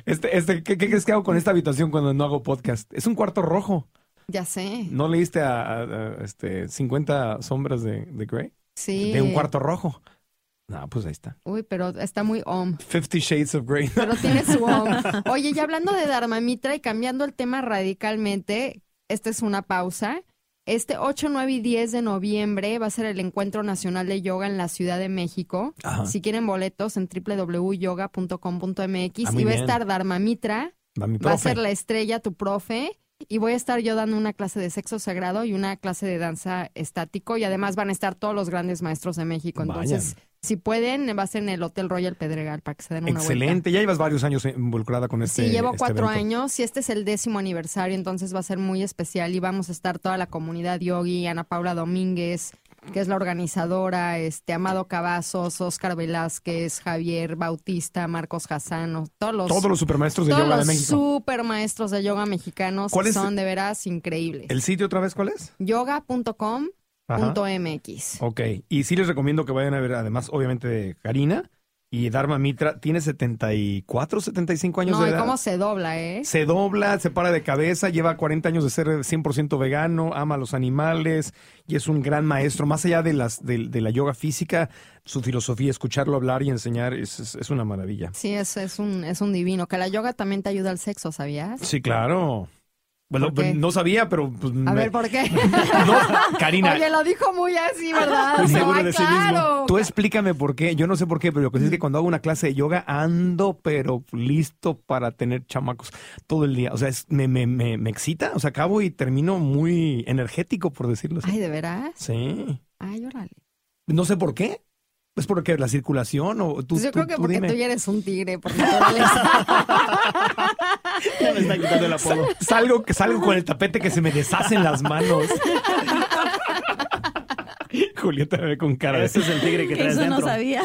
Speaker 1: Este, este, ¿qué, qué crees que hago con esta habitación cuando no hago podcast? Es un cuarto rojo.
Speaker 3: Ya sé.
Speaker 1: ¿No leíste a, a- a, este, 50 sombras de, de Grey?
Speaker 3: Sí.
Speaker 1: De un cuarto rojo. No, pues ahí está.
Speaker 3: Uy, pero está muy om.
Speaker 1: 50 Shades of Grey. [LAUGHS]
Speaker 3: Pero tiene su om. Oye, y hablando de Dharmamitra y cambiando el tema radicalmente, esta es una pausa. Este 8, 9 y 10 de noviembre va a ser el Encuentro Nacional de Yoga en la Ciudad de México.
Speaker 1: Ajá.
Speaker 3: Si quieren boletos en www.yoga.com.mx
Speaker 1: Ah, muy
Speaker 3: y va a
Speaker 1: bien.
Speaker 3: estar Dharmamitra,
Speaker 1: Va mi
Speaker 3: va a
Speaker 1: profe.
Speaker 3: ser la estrella, tu profe, y voy a estar yo dando una clase de sexo sagrado y una clase de danza estático, y además van a estar todos los grandes maestros de México. Entonces, si pueden, va a ser en el Hotel Royal Pedregal para que se den una vuelta.
Speaker 1: Excelente. Ya llevas varios años involucrada con este.
Speaker 3: sí, llevo
Speaker 1: este
Speaker 3: cuatro
Speaker 1: evento.
Speaker 3: años y este es el décimo aniversario, entonces va a ser muy especial y vamos a estar toda la comunidad yogi, Ana Paula Domínguez, que es la organizadora, este Amado Cavazos, Óscar Velázquez, Javier Bautista, Marcos Hassan, todos los
Speaker 1: Todos los supermaestros de
Speaker 3: todos
Speaker 1: yoga de
Speaker 3: los
Speaker 1: México.
Speaker 3: super maestros de yoga mexicanos
Speaker 1: ¿Cuál
Speaker 3: que
Speaker 1: es
Speaker 3: son de veras increíbles.
Speaker 1: ¿El sitio otra vez cuál es? Ajá.
Speaker 3: Yoga.com.mx.
Speaker 1: Ok, y sí les recomiendo que vayan a ver, además, obviamente, Karina y Dharma Mitra. Tiene 74, 75 años
Speaker 3: No,
Speaker 1: de
Speaker 3: y
Speaker 1: edad.
Speaker 3: cómo se dobla, ¿eh?
Speaker 1: Se dobla, se para de cabeza, lleva 40 años de ser 100% vegano, ama a los animales y es un gran maestro. Más allá de, las, de, de la yoga física, su filosofía, escucharlo hablar y enseñar es, es- es una maravilla.
Speaker 3: Sí, es, es, un, es un divino. Que la yoga también te ayuda al sexo, ¿sabías?
Speaker 1: Sí, claro. Bueno,
Speaker 3: ¿Por qué?
Speaker 1: no sabía, pero... pues,
Speaker 3: A
Speaker 1: me-
Speaker 3: ver, ¿por qué?
Speaker 1: [LAUGHS] No, Karina,
Speaker 3: Oye, lo dijo muy así, ¿verdad? Ah, O sea,
Speaker 1: Pues Seguro
Speaker 3: ay,
Speaker 1: de sí
Speaker 3: claro.
Speaker 1: mismo. Tú explícame por qué. Yo no sé por qué, pero lo que sí es que cuando hago una clase de yoga ando, pero listo para tener chamacos todo el día. O sea, es- me, me, me, me excita. O sea, acabo y termino muy energético, por decirlo así.
Speaker 3: Ay, ¿de veras?
Speaker 1: Sí.
Speaker 3: Ay, órale.
Speaker 1: No sé por qué. Es porque la circulación o tú.
Speaker 3: Pues yo
Speaker 1: tú-
Speaker 3: creo que
Speaker 1: tú
Speaker 3: porque
Speaker 1: dime.
Speaker 3: tú ya eres un tigre, por naturaleza.
Speaker 5: Ya me está quitando el apodo.
Speaker 1: Salgo, que salgo con el tapete que se me deshacen las manos. [LAUGHS] Julieta me ve con cara de...
Speaker 5: Ese es el tigre que traes
Speaker 4: Eso no
Speaker 5: dentro.
Speaker 4: sabía.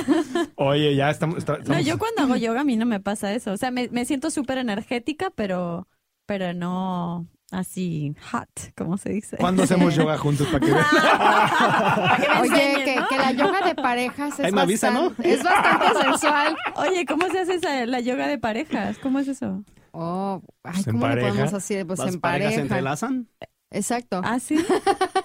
Speaker 1: Oye, ya estamos... está-
Speaker 4: No,
Speaker 1: estamos-
Speaker 4: yo cuando hago yoga a mí no me pasa eso. O sea, me, me siento súper energética, pero, pero no así hot, como se dice.
Speaker 1: ¿Cuándo hacemos yoga juntos para que veas?
Speaker 4: [LAUGHS] Para que me
Speaker 3: Oye,
Speaker 4: enseñen,
Speaker 3: que,
Speaker 4: ¿no?
Speaker 3: que la yoga de parejas es,
Speaker 5: Ahí me avisa, ¿no?
Speaker 3: bastante- es bastante sensual.
Speaker 4: Oye, ¿cómo se hace esa- la yoga de parejas? ¿Cómo es eso?
Speaker 3: Oh, ay,
Speaker 1: Pues en
Speaker 3: ¿cómo le
Speaker 1: pareja.
Speaker 3: podemos así? Pues
Speaker 5: Las
Speaker 3: en
Speaker 5: parejas se
Speaker 3: pareja.
Speaker 5: entrelazan.
Speaker 3: Exacto. [LAUGHS]
Speaker 4: ¿Ah, sí?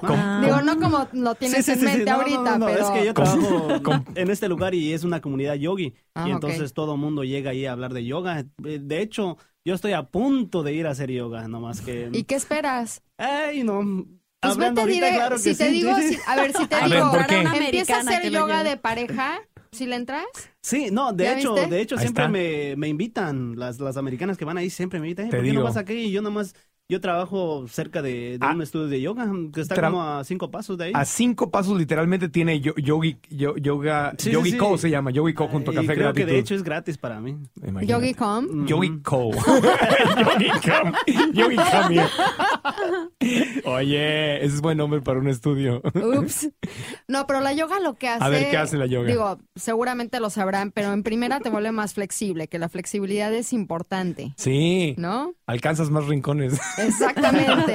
Speaker 1: ¿Cómo?
Speaker 4: Ah.
Speaker 3: Oh. Digo, no como lo
Speaker 5: Sí,
Speaker 3: tienes
Speaker 5: sí,
Speaker 3: en
Speaker 5: sí, sí.
Speaker 3: mente
Speaker 5: No, no,
Speaker 3: ahorita,
Speaker 5: no, no,
Speaker 3: pero...
Speaker 5: Es que yo
Speaker 1: [LAUGHS] ¿Cómo?
Speaker 5: trabajo en este lugar y es una comunidad yogi.
Speaker 3: Ah,
Speaker 5: y entonces todo mundo llega ahí a hablar de yoga. Eh, De hecho, yo estoy a punto de ir a hacer yoga, nomás que...
Speaker 3: ¿Y qué esperas?
Speaker 5: Ay, no.
Speaker 3: Pues
Speaker 5: Hablando
Speaker 3: ve, te
Speaker 5: ahorita,
Speaker 3: diré,
Speaker 5: claro que
Speaker 3: si te
Speaker 5: sí,
Speaker 3: digo,
Speaker 5: sí, sí.
Speaker 3: si- a ver, si te
Speaker 1: A ver,
Speaker 3: digo,
Speaker 1: ¿por qué?
Speaker 3: empieza a
Speaker 4: Americana que
Speaker 3: hacer
Speaker 4: lo
Speaker 3: yoga
Speaker 4: lleve.
Speaker 3: de pareja, si le entras,
Speaker 5: Sí, no, de
Speaker 3: ¿Ya
Speaker 5: hecho,
Speaker 3: viste?
Speaker 5: de hecho
Speaker 1: Ahí
Speaker 5: siempre
Speaker 1: está.
Speaker 5: me, me invitan, las, las americanas que van ahí siempre me invitan, "Eh,
Speaker 1: Te
Speaker 5: ¿por qué
Speaker 1: digo.
Speaker 5: no vas aquí? Y yo nomás, yo trabajo cerca de, de
Speaker 1: Ah.
Speaker 5: un estudio de yoga que está
Speaker 1: Tra-
Speaker 5: como a cinco pasos de ahí.
Speaker 1: A cinco pasos literalmente tiene yo- Yogi, yo- yoga,
Speaker 5: Sí, sí,
Speaker 1: Yogi
Speaker 5: sí.
Speaker 1: Co se llama, Yogi Co junto a
Speaker 5: Y
Speaker 1: Café
Speaker 5: creo
Speaker 1: Gratitud.
Speaker 5: que de hecho Mm. es gratis para mí.
Speaker 1: Imagínate.
Speaker 3: yogi com.
Speaker 1: Yogi
Speaker 5: [LAUGHS]
Speaker 1: Co. Yogi Com. Yogi Com, mira. Oye, ese es buen nombre para un estudio.
Speaker 3: Ups. No, pero la yoga lo que hace.
Speaker 1: ver, ¿qué hace la yoga?
Speaker 3: Digo, seguramente lo sabrán, pero en primera te vuelve más flexible, que la flexibilidad es importante,
Speaker 1: Sí,
Speaker 3: ¿no?
Speaker 1: alcanzas más rincones.
Speaker 3: Exactamente.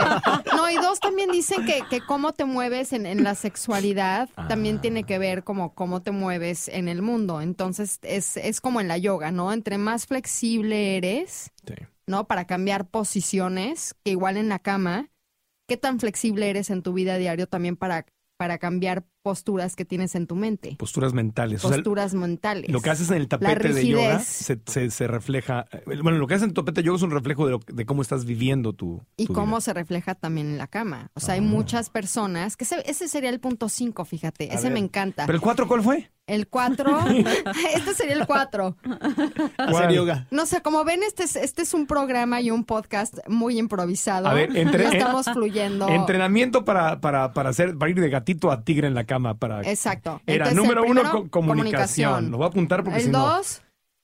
Speaker 3: No, y dos, también dicen que, que cómo te mueves en, en la sexualidad
Speaker 1: Ah.
Speaker 3: también tiene que ver como cómo te mueves en el mundo. Entonces, es, es como en la yoga, ¿no? Entre más flexible eres,
Speaker 1: Sí.
Speaker 3: ¿no? Para cambiar posiciones, que igual en la cama, qué tan flexible eres en tu vida diario también para, para cambiar posturas que tienes en tu mente,
Speaker 1: Posturas mentales. Pues, O sea,
Speaker 3: posturas mentales.
Speaker 1: lo que haces en el tapete de yoga
Speaker 3: rigidez.
Speaker 1: se, se- se refleja. Bueno, lo que haces en el tapete de yoga es un reflejo de, lo- de cómo estás viviendo tu.
Speaker 3: Y
Speaker 1: tu
Speaker 3: cómo
Speaker 1: vida. Ah.
Speaker 3: se refleja también en la cama. O sea, hay muchas personas, que ese, ese sería el punto 5, fíjate,
Speaker 1: A
Speaker 3: ese me
Speaker 1: ver.
Speaker 3: encanta.
Speaker 1: ¿Pero el 4 cuál fue? [LAUGHS]
Speaker 3: El 4, [LAUGHS] este sería el 4.
Speaker 1: ¿Cuál?
Speaker 3: Ah.
Speaker 5: Hacer yoga.
Speaker 3: No sé, como ven, este es, este es un programa y un podcast muy improvisado.
Speaker 1: A ver, entre-
Speaker 3: No estamos fluyendo.
Speaker 1: Entrenamiento para, para, para, hacer, para ir de gatito a tigre en la cama. Para...
Speaker 3: Exacto.
Speaker 1: Era
Speaker 3: Entonces,
Speaker 1: número
Speaker 3: el
Speaker 1: uno,
Speaker 3: primero,
Speaker 1: co- comunicación. Lo voy a apuntar porque si
Speaker 3: El
Speaker 1: no.
Speaker 3: 2,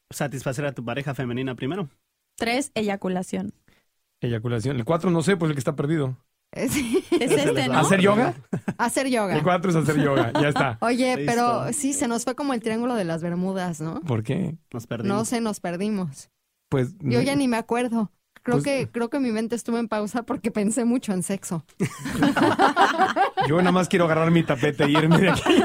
Speaker 5: Satisfacer a tu pareja femenina primero.
Speaker 4: Tres,
Speaker 3: [LAUGHS]
Speaker 4: eyaculación.
Speaker 1: Eyaculación. El 4 no sé, pues el que está perdido.
Speaker 3: [LAUGHS]
Speaker 4: Es
Speaker 5: Esa
Speaker 4: este,
Speaker 5: es
Speaker 4: ¿no?
Speaker 5: la-
Speaker 1: ¿Hacer yoga?
Speaker 3: hacer
Speaker 1: El
Speaker 3: yoga.
Speaker 1: 4 es
Speaker 3: [LAUGHS]
Speaker 1: hacer yoga. Ya está.
Speaker 3: Oye,
Speaker 5: Listo.
Speaker 3: pero sí, se nos fue como el triángulo de las Bermudas, ¿no?
Speaker 1: ¿Por qué?
Speaker 5: Nos perdimos.
Speaker 3: No se nos perdimos.
Speaker 1: Pues.
Speaker 3: Yo ya ni me acuerdo. Creo
Speaker 1: Pues-
Speaker 3: que creo que mi mente estuvo en pausa porque pensé mucho en sexo. [LAUGHS]
Speaker 1: Yo nada más quiero agarrar mi tapete y irme de aquí.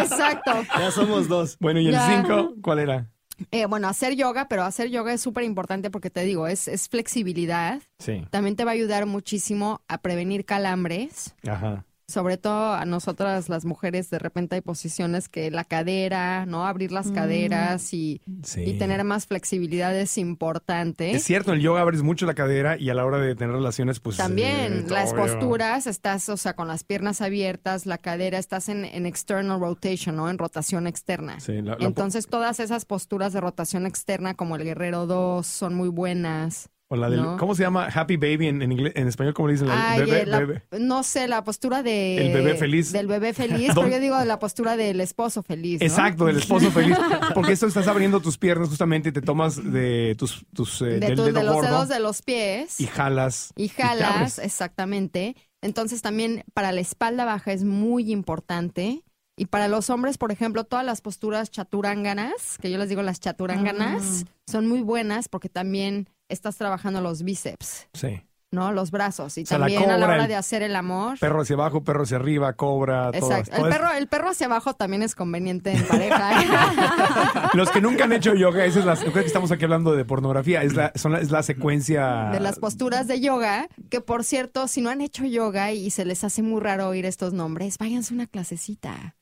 Speaker 3: Exacto.
Speaker 5: Ya somos dos.
Speaker 1: Bueno, ¿y el
Speaker 3: Ya.
Speaker 1: 5? ¿Cuál era?
Speaker 3: Eh, bueno, hacer yoga, pero hacer yoga es súper importante porque te digo, es, es flexibilidad.
Speaker 1: Sí.
Speaker 3: También te va a ayudar muchísimo a prevenir calambres.
Speaker 1: Ajá.
Speaker 3: Sobre todo a nosotras las mujeres, de repente hay posiciones que la cadera, ¿no? Abrir las caderas y,
Speaker 1: Sí.
Speaker 3: y tener más flexibilidad es importante.
Speaker 1: Es cierto, en el yoga abres mucho la cadera y a la hora de tener relaciones, pues.
Speaker 3: También
Speaker 1: eh,
Speaker 3: las
Speaker 1: obvio.
Speaker 3: posturas, estás, o sea, con las piernas abiertas, la cadera, estás en, en external rotation, ¿no? En rotación externa.
Speaker 1: Sí, la- la po-
Speaker 3: Entonces, todas esas posturas de rotación externa, como el Guerrero 2, son muy buenas.
Speaker 1: O la del-
Speaker 3: ¿no?
Speaker 1: ¿Cómo se llama? Happy Baby en, en, inglés- en español, ¿cómo le dicen? La-
Speaker 3: Ay,
Speaker 1: bebé,
Speaker 3: eh, la-
Speaker 1: bebé.
Speaker 3: no sé, la postura de...
Speaker 1: El bebé feliz.
Speaker 3: Del
Speaker 1: [LAUGHS]
Speaker 3: bebé feliz, pero
Speaker 1: ¿Dónde?
Speaker 3: yo digo de la postura del esposo feliz. ¿no?
Speaker 1: Exacto, del esposo feliz. Porque esto estás abriendo tus piernas justamente y te tomas de tus, tus eh,
Speaker 3: De,
Speaker 1: del
Speaker 3: tus-
Speaker 1: dedo
Speaker 3: de los
Speaker 1: gordo
Speaker 3: dedos de los pies
Speaker 1: y
Speaker 3: y,
Speaker 1: jalas. te
Speaker 3: jalas,
Speaker 1: abres.
Speaker 3: exactamente. Entonces también para la espalda baja es muy importante. Y para los hombres, por ejemplo, todas las posturas chaturánganas, que yo les digo las chaturánganas,
Speaker 1: Ah.
Speaker 3: son muy buenas porque también estás trabajando los bíceps,
Speaker 1: Sí.
Speaker 3: ¿no? Los brazos. Y
Speaker 1: O sea, la
Speaker 3: también a la
Speaker 1: cobra,
Speaker 3: hora
Speaker 1: el
Speaker 3: de hacer el amor.
Speaker 1: Perro Pues hacia abajo, perro hacia arriba, cobra, todo.
Speaker 3: Exacto.
Speaker 1: todo
Speaker 3: El
Speaker 1: es-
Speaker 3: perro, el perro hacia abajo también es conveniente en pareja. ¿eh?
Speaker 1: [LAUGHS] Los que nunca han hecho yoga, esa es la, creo que estamos aquí hablando de pornografía, es la, son la- es la secuencia.
Speaker 3: de las posturas de yoga, que por cierto, si no han hecho yoga y se les hace muy raro oír estos nombres, váyanse a una clasecita.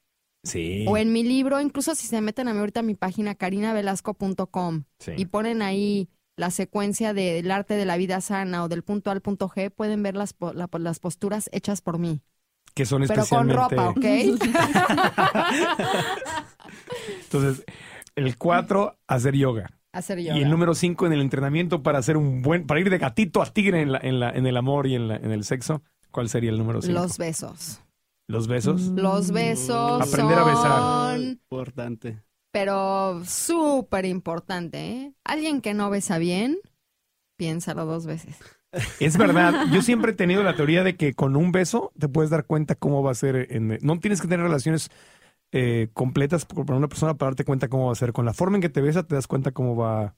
Speaker 1: Sí.
Speaker 3: O en mi libro, incluso si se meten a mí ahorita a mi página carinavelasco.com
Speaker 1: Sí.
Speaker 3: y ponen ahí la secuencia de- del arte de la vida sana o del punto A al punto G, pueden ver las, po- la- las posturas hechas por mí.
Speaker 1: que son
Speaker 3: Pero con
Speaker 1: especialmente.
Speaker 3: ropa, ¿ok? [LAUGHS]
Speaker 1: Entonces, el 4, hacer yoga.
Speaker 3: Hacer yoga.
Speaker 1: Y el número 5 en el entrenamiento para hacer un buen, para ir de gatito a tigre en, la, en, la, en el amor y en, la- en el sexo. ¿Cuál sería el número 5?
Speaker 3: Los besos.
Speaker 1: besos.
Speaker 3: Los besos
Speaker 1: Aprender a besar.
Speaker 3: son...
Speaker 5: Importante.
Speaker 3: pero súper importante. ¿eh? Alguien que no besa bien, piénsalo dos veces.
Speaker 1: Es verdad.
Speaker 3: [LAUGHS]
Speaker 1: Yo siempre he tenido la teoría de que con un beso te puedes dar cuenta cómo va a ser. en- no tienes que tener relaciones eh, completas con una persona para darte cuenta cómo va a ser. Con la forma en que te besa te das cuenta cómo va,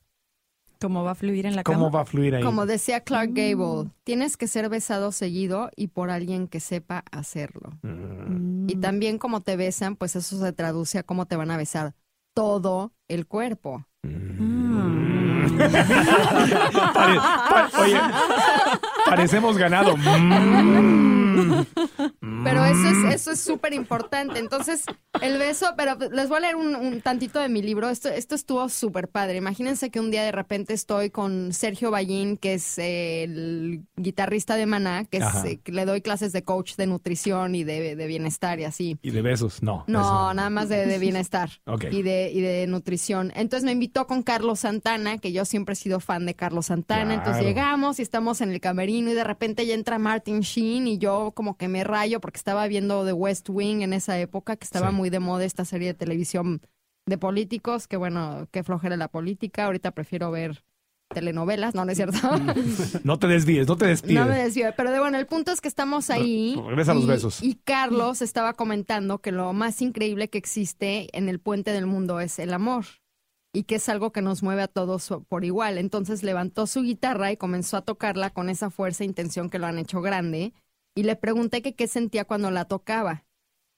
Speaker 4: ¿Cómo va a fluir en la
Speaker 1: cómo
Speaker 4: cama?
Speaker 1: va a fluir ahí. [LAUGHS]
Speaker 3: Como decía Clark Gable, tienes que ser besado seguido y por alguien que sepa hacerlo.
Speaker 4: Mm.
Speaker 3: Y también como te besan, pues eso se traduce a cómo te van a besar todo el cuerpo. Mm.
Speaker 1: Pare- pa- oye, parecemos ganado. Mm.
Speaker 3: Pero eso es eso es súper importante. Entonces, el beso, pero les voy a leer un, un tantito de mi libro. Esto, esto estuvo súper padre. Imagínense que un día de repente estoy con Sergio Ballín, que es eh, el guitarrista de Maná, que, es,
Speaker 1: Ajá.
Speaker 3: eh, que le doy clases de coach de nutrición y de, de bienestar y así.
Speaker 1: Y de besos, no.
Speaker 3: No,
Speaker 1: eso.
Speaker 3: nada más de, de bienestar
Speaker 1: [LAUGHS] Ok.
Speaker 3: y, de, y de nutrición. Entonces me invitó con Carlos Santana, que yo siempre he sido fan de Carlos Santana. Entonces
Speaker 1: Claro.
Speaker 3: llegamos y estamos en el camerino y de repente ya entra Martin Sheen y yo como que me rayo porque estaba viendo The West Wing en esa época, que estaba
Speaker 1: Sí.
Speaker 3: muy de moda esta serie de televisión de políticos, que bueno, que flojera la política. Ahorita prefiero ver telenovelas, no, no es cierto.
Speaker 1: Mm, No te desvíes, no te despides.
Speaker 3: [LAUGHS] No me desvío, pero de- bueno, el punto es que estamos ahí.
Speaker 1: Re- regresa a los
Speaker 3: y-
Speaker 1: besos.
Speaker 3: Y Carlos estaba comentando que lo más increíble que existe en el puente del mundo es el amor y que es algo que nos mueve a todos por igual. Entonces levantó su guitarra y comenzó a tocarla con esa fuerza e intención que lo han hecho grande y le pregunté que qué sentía cuando la tocaba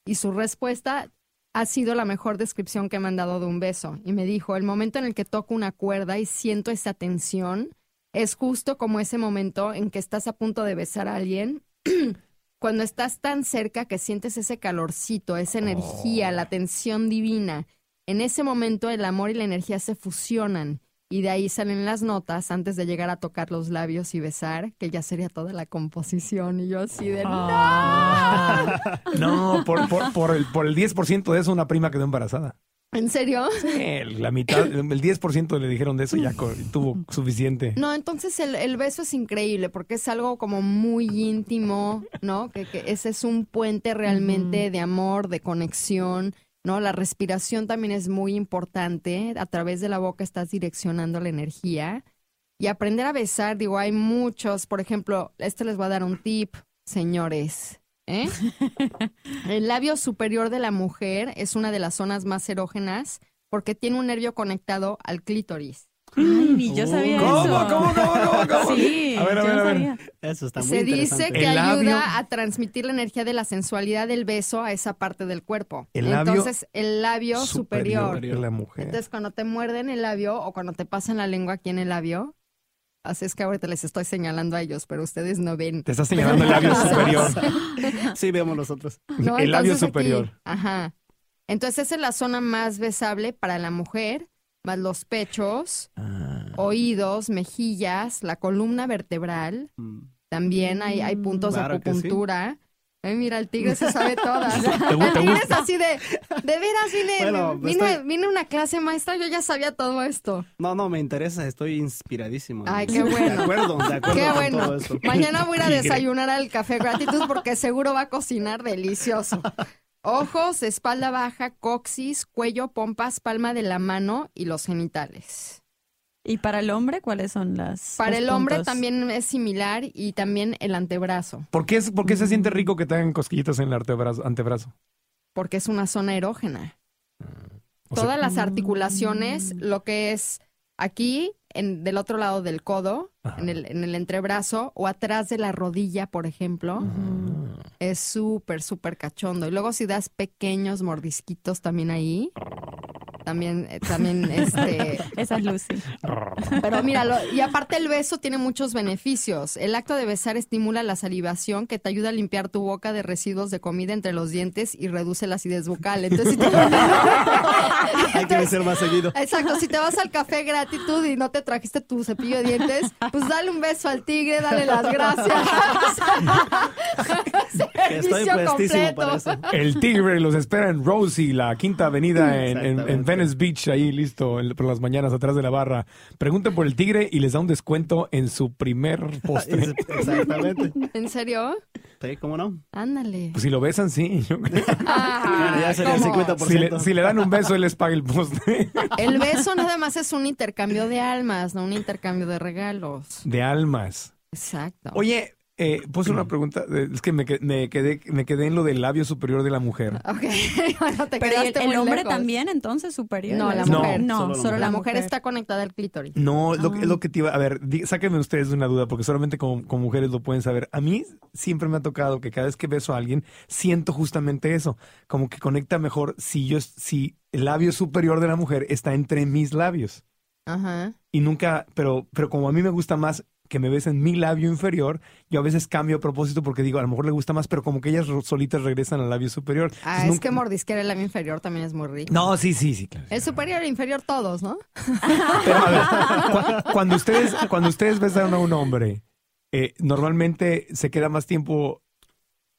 Speaker 3: y su respuesta ha sido la mejor descripción que me han dado de un beso. Y me dijo, el momento en el que toco una cuerda y siento esa tensión es justo como ese momento en que estás a punto de besar a alguien cuando estás tan cerca que sientes ese calorcito, esa energía, la tensión divina. En ese momento el amor y la energía se fusionan y de ahí salen las notas antes de llegar a tocar los labios y besar, que ya sería toda la composición. Y yo así de...
Speaker 1: No, por, por- por el, por el 10% de eso, una prima quedó embarazada.
Speaker 3: "No". ¿En serio?
Speaker 1: El- la [LAUGHS] mitad, el 10% le dijeron de eso y ya co- tuvo suficiente.
Speaker 3: No, entonces el, el beso es increíble porque es algo como muy íntimo, ¿no? Que, que ese es un puente realmente de amor, de conexión, ¿no? La respiración también es muy importante. A través de la boca estás direccionando la energía. Y aprender a besar, digo, hay muchos. Por ejemplo, este les voy a dar un tip, señores. ¿eh? El labio superior de la mujer es una de las zonas más erógenas porque tiene un nervio conectado al clítoris.
Speaker 4: Ay, ni yo sabía
Speaker 1: ¿Cómo,
Speaker 4: eso.
Speaker 1: cómo, cómo, cómo, cómo?
Speaker 4: Sí,
Speaker 1: A ver, a
Speaker 4: yo
Speaker 1: ver,
Speaker 4: no
Speaker 1: a ver.
Speaker 4: sabía.
Speaker 5: Eso está muy
Speaker 3: Se dice
Speaker 5: interesante.
Speaker 3: que
Speaker 1: El labio-
Speaker 3: ayuda a transmitir la energía de la sensualidad del beso a esa parte del cuerpo.
Speaker 1: El labio
Speaker 3: Entonces, el labio superior.
Speaker 1: de la mujer.
Speaker 3: Entonces, cuando te muerden el labio o cuando te pasan la lengua aquí en el labio, así es que ahorita les estoy señalando a ellos, pero ustedes no ven.
Speaker 1: Te estás señalando el
Speaker 3: [LAUGHS]
Speaker 1: labio superior.
Speaker 5: Sí, veamos nosotros.
Speaker 3: ¿no?
Speaker 1: [LAUGHS] el labio
Speaker 3: Entonces, aquí-
Speaker 1: superior.
Speaker 3: ajá. Entonces, esa es la zona más besable para la mujer, más los pechos,
Speaker 1: Ah.
Speaker 3: oídos, mejillas, la columna vertebral.
Speaker 5: Mm.
Speaker 3: También hay, hay puntos
Speaker 5: Claro
Speaker 3: de
Speaker 5: que sí.
Speaker 3: acupuntura. Ay, mira, el tigre se sabe todas. el
Speaker 1: [LAUGHS] te
Speaker 3: tigre es así de, de veras, vine,
Speaker 5: Bueno, pues
Speaker 3: vine,
Speaker 5: estoy-
Speaker 3: vine a una clase maestra, yo ya sabía todo esto.
Speaker 5: No, no, me interesa, estoy inspiradísimo.
Speaker 3: Ay, qué
Speaker 5: [LAUGHS] De
Speaker 3: bueno.
Speaker 5: acuerdo, de acuerdo
Speaker 3: Qué
Speaker 5: con
Speaker 3: bueno.
Speaker 5: todo eso.
Speaker 3: Mañana
Speaker 5: [LAUGHS]
Speaker 3: voy a ir a desayunar al café gratitud porque seguro va a cocinar delicioso. Ojos, espalda baja, coxis, cuello, pompas, palma de la mano y los genitales.
Speaker 4: ¿Y para el hombre cuáles son las?
Speaker 3: Para
Speaker 4: los
Speaker 3: el hombre
Speaker 4: puntos?
Speaker 3: también es similar y también el antebrazo,
Speaker 1: ¿Por qué, es- por qué se siente rico que te hagan cosquillitas en el antebrazo? antebrazo?
Speaker 3: porque es una zona erógena.
Speaker 1: Ah, O sea, mm.
Speaker 3: todas las articulaciones, lo que es aquí, en, del otro lado del codo,
Speaker 1: Ajá.
Speaker 3: en el, en el entrebrazo o atrás de la rodilla, por ejemplo,
Speaker 1: Mm.
Speaker 4: Mm,
Speaker 3: es súper, súper cachondo. Y luego si das pequeños mordisquitos también ahí, también,
Speaker 1: [LAUGHS]
Speaker 3: eh, también este...
Speaker 4: Esa es Lucy.
Speaker 3: Pero mira, lo- y aparte el beso tiene muchos beneficios. El acto de besar estimula la salivación que te ayuda a limpiar tu boca de residuos de comida entre los dientes y reduce la acidez bucal. Entonces, si te-
Speaker 5: Hay que ser
Speaker 3: [LAUGHS]
Speaker 5: más seguido.
Speaker 3: Exacto, si te vas al café gratitud y no te trajiste tu cepillo de dientes, pues dale un beso al tigre, dale las gracias.
Speaker 5: Estoy
Speaker 3: Servicio completo.
Speaker 5: puestísimo para eso.
Speaker 1: El tigre los espera en Rosie, la quinta avenida en, en- en
Speaker 5: Exactamente.
Speaker 1: Venice Beach, ahí listo, en- por las mañanas atrás de la barra. Pregunten por el tigre y les da un descuento en su [LAUGHS] primer postre.
Speaker 5: Exactamente.
Speaker 3: ¿En serio?
Speaker 5: Sí, ¿cómo no?
Speaker 3: Ándale.
Speaker 1: Pues si lo besan, sí. yo creo.
Speaker 3: Ah,
Speaker 5: ya sería el
Speaker 3: ¿cómo?
Speaker 5: 50%.
Speaker 1: Si le, si le dan un beso, él les paga el postre.
Speaker 3: El beso nada más es un intercambio de almas, no un intercambio de regalos.
Speaker 1: [LAUGHS] De almas.
Speaker 3: Exacto.
Speaker 1: Oye, eh, puse una pregunta. eh, Es que me, que- me quedé, me quedé en lo del labio superior de la mujer.
Speaker 3: Ok, [LAUGHS] bueno, te
Speaker 4: Pero el,
Speaker 3: quedaste
Speaker 4: el
Speaker 3: muy
Speaker 4: hombre
Speaker 3: lejos.
Speaker 4: también entonces superior.
Speaker 3: No, la
Speaker 1: No.
Speaker 3: mujer.
Speaker 4: No,
Speaker 5: Solo
Speaker 4: solo,
Speaker 5: la
Speaker 4: la,
Speaker 3: La mujer
Speaker 4: mujer.
Speaker 3: está conectada al clítoris.
Speaker 1: No, lo, que- es lo que te iba. A ver, di- sáquenme ustedes de una duda, porque solamente como, como mujeres lo pueden saber. A mí siempre me ha tocado que cada vez que beso a alguien, siento justamente eso. Como que conecta mejor si yo, si el labio superior de la mujer está entre mis labios.
Speaker 3: Ajá.
Speaker 1: Y nunca, pero, pero como a mí me gusta más que me besen mi labio inferior, yo a veces cambio a propósito porque digo, a lo mejor le gusta más, pero como que ellas ro- solitas regresan al labio superior.
Speaker 3: Ah,
Speaker 1: Entonces,
Speaker 3: es que
Speaker 1: nunca-
Speaker 3: mordisquear el labio inferior también es muy rico.
Speaker 1: No, sí, sí, sí, claro.
Speaker 3: El superior e inferior todos, ¿no?
Speaker 1: Pero a
Speaker 4: [LAUGHS]
Speaker 1: ver, cu- cuando ustedes, cuando ustedes besan a un hombre, eh, normalmente se queda más tiempo